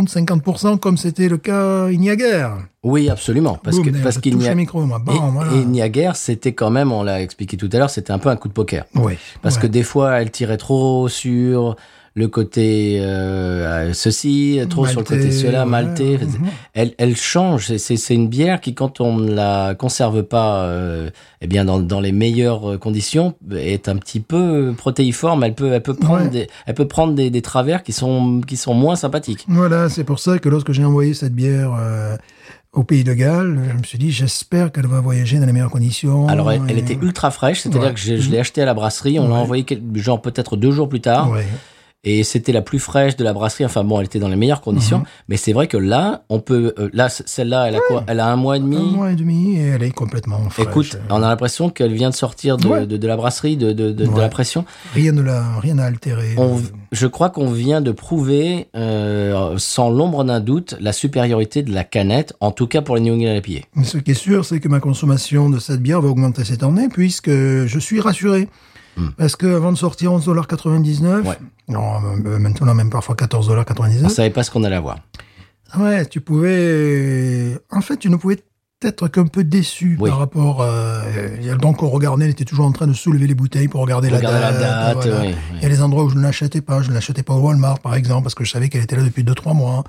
E: 40-50% comme c'était le cas il n'y a guère.
A: Oui, absolument, parce
E: Boum,
A: que
E: d'ailleurs,
A: parce
E: je
A: qu'il
E: touche
A: n'y a
E: le micro, moi. Bam,
A: et-
E: hein, voilà.
A: et il n'y a guère, c'était quand même, on l'a expliqué tout à l'heure, c'était un peu un coup de poker.
E: Oui.
A: Parce
E: ouais.
A: que des fois, elle tirait trop sur le côté euh, ceci, trop sur le
E: Maltais,
A: côté cela,
E: ouais,
A: maltais.
E: mhm.
A: Elle, elle change. C'est- C'est c'est une bière qui, quand on ne la conserve pas, euh, eh bien, dans, dans les meilleures euh, conditions, est un petit peu protéiforme. Elle peut, elle peut prendre,
E: Ouais.
A: des, elle peut prendre des, des travers qui sont, qui sont moins sympathiques.
E: Voilà, c'est pour ça que lorsque j'ai envoyé cette bière euh, au pays de Galles, je me suis dit, j'espère qu'elle va voyager dans les meilleures conditions.
A: Alors, elle, elle
E: Et-
A: était ultra fraîche, c'est-à-dire
E: Oh, Ouais.
A: que je, je l'ai achetée à la brasserie. On l'a
E: Ouais.
A: envoyée, quel- genre peut-être deux jours plus tard.
E: Ouais.
A: et c'était la plus fraîche de la brasserie. Enfin bon, elle était dans les meilleures conditions,
E: Mhm.
A: mais c'est vrai que là, on peut, euh, là, c- celle-là, elle a quoi Elle a un mois et
E: Un
A: demi.
E: mois et demi, et elle est complètement fraîche.
A: Écoute, on a l'impression qu'elle vient de sortir de,
E: Ouais.
A: de, de la brasserie, de, de, de, de
E: Ouais.
A: la pression.
E: Rien ne l'a, rien n'a altéré.
A: On, je crois qu'on vient de prouver, euh, sans l'ombre d'un doute, la supériorité de la canette, en tout cas pour les New England IPA.
E: Mais ce qui est sûr, c'est que ma consommation de cette bière va augmenter cette année, puisque je suis rassuré. Parce que avant de sortir 11,99$,
A: Hmm. Ouais. Ah,
E: non, euh, maintenant même parfois
A: On
E: 14,99$,
A: savait pas ce qu'on allait avoir.
E: ouais, tu pouvais, en fait, tu ne pouvais être qu'un peu déçu
A: Oui.
E: par rapport. euh, euh, donc on regardait, on était toujours en train de soulever les bouteilles pour regarder la
A: Regarder la
E: date.
A: date,
E: voilà.
A: oui, oui.
E: Il y a des endroits où je ne l'achetais pas, je ne l'achetais pas au Walmart par exemple, parce que je savais qu'elle était là depuis 2-3 mois.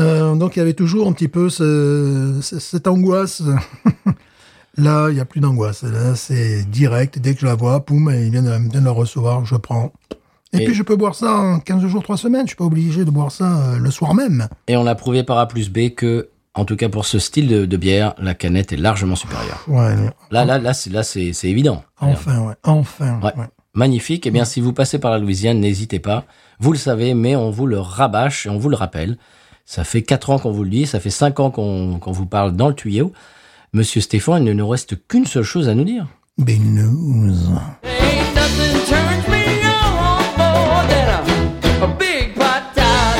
E: Euh, donc il y avait toujours un petit peu ce- ce- cette angoisse. Là, il n'y a plus d'angoisse. Là, c'est direct. Dès que je la vois, poum, elle vient de, elle vient de la recevoir, je prends. Et,
A: Et-
E: puis, je peux boire ça en 15 jours, 3 semaines. Je suis pas obligé de boire ça euh, le soir même.
A: Et on a prouvé par A plus B que, en tout cas pour ce style de, de bière, la canette est largement supérieure.
E: Ouais.
A: Là, là, là, c'est là, c'est c'est évident.
E: Enfin, Ah ouais. Enfin.
A: Ouais.
E: ouais.
A: Magnifique. Eh bien, si vous passez par la Louisiane, n'hésitez pas. Vous le savez, mais on vous le rabâche et on vous le rappelle. Ça fait quatre ans qu'on vous le dit, ça fait cinq ans qu'on qu'on vous parle dans le tuyau. Monsieur Stéphane, il ne nous reste qu'une seule chose à nous dire.
E: Big news.
F: Ain't nothing turns me on more than a, a big patat.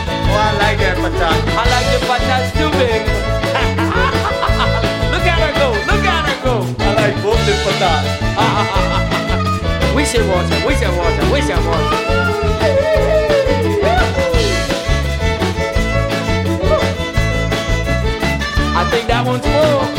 F: Oh, I like that patat. I like the patats too big. look at her go, look at her go. I like both the patats. wish it was her, wish it was her, wish it was her. I think that one's full.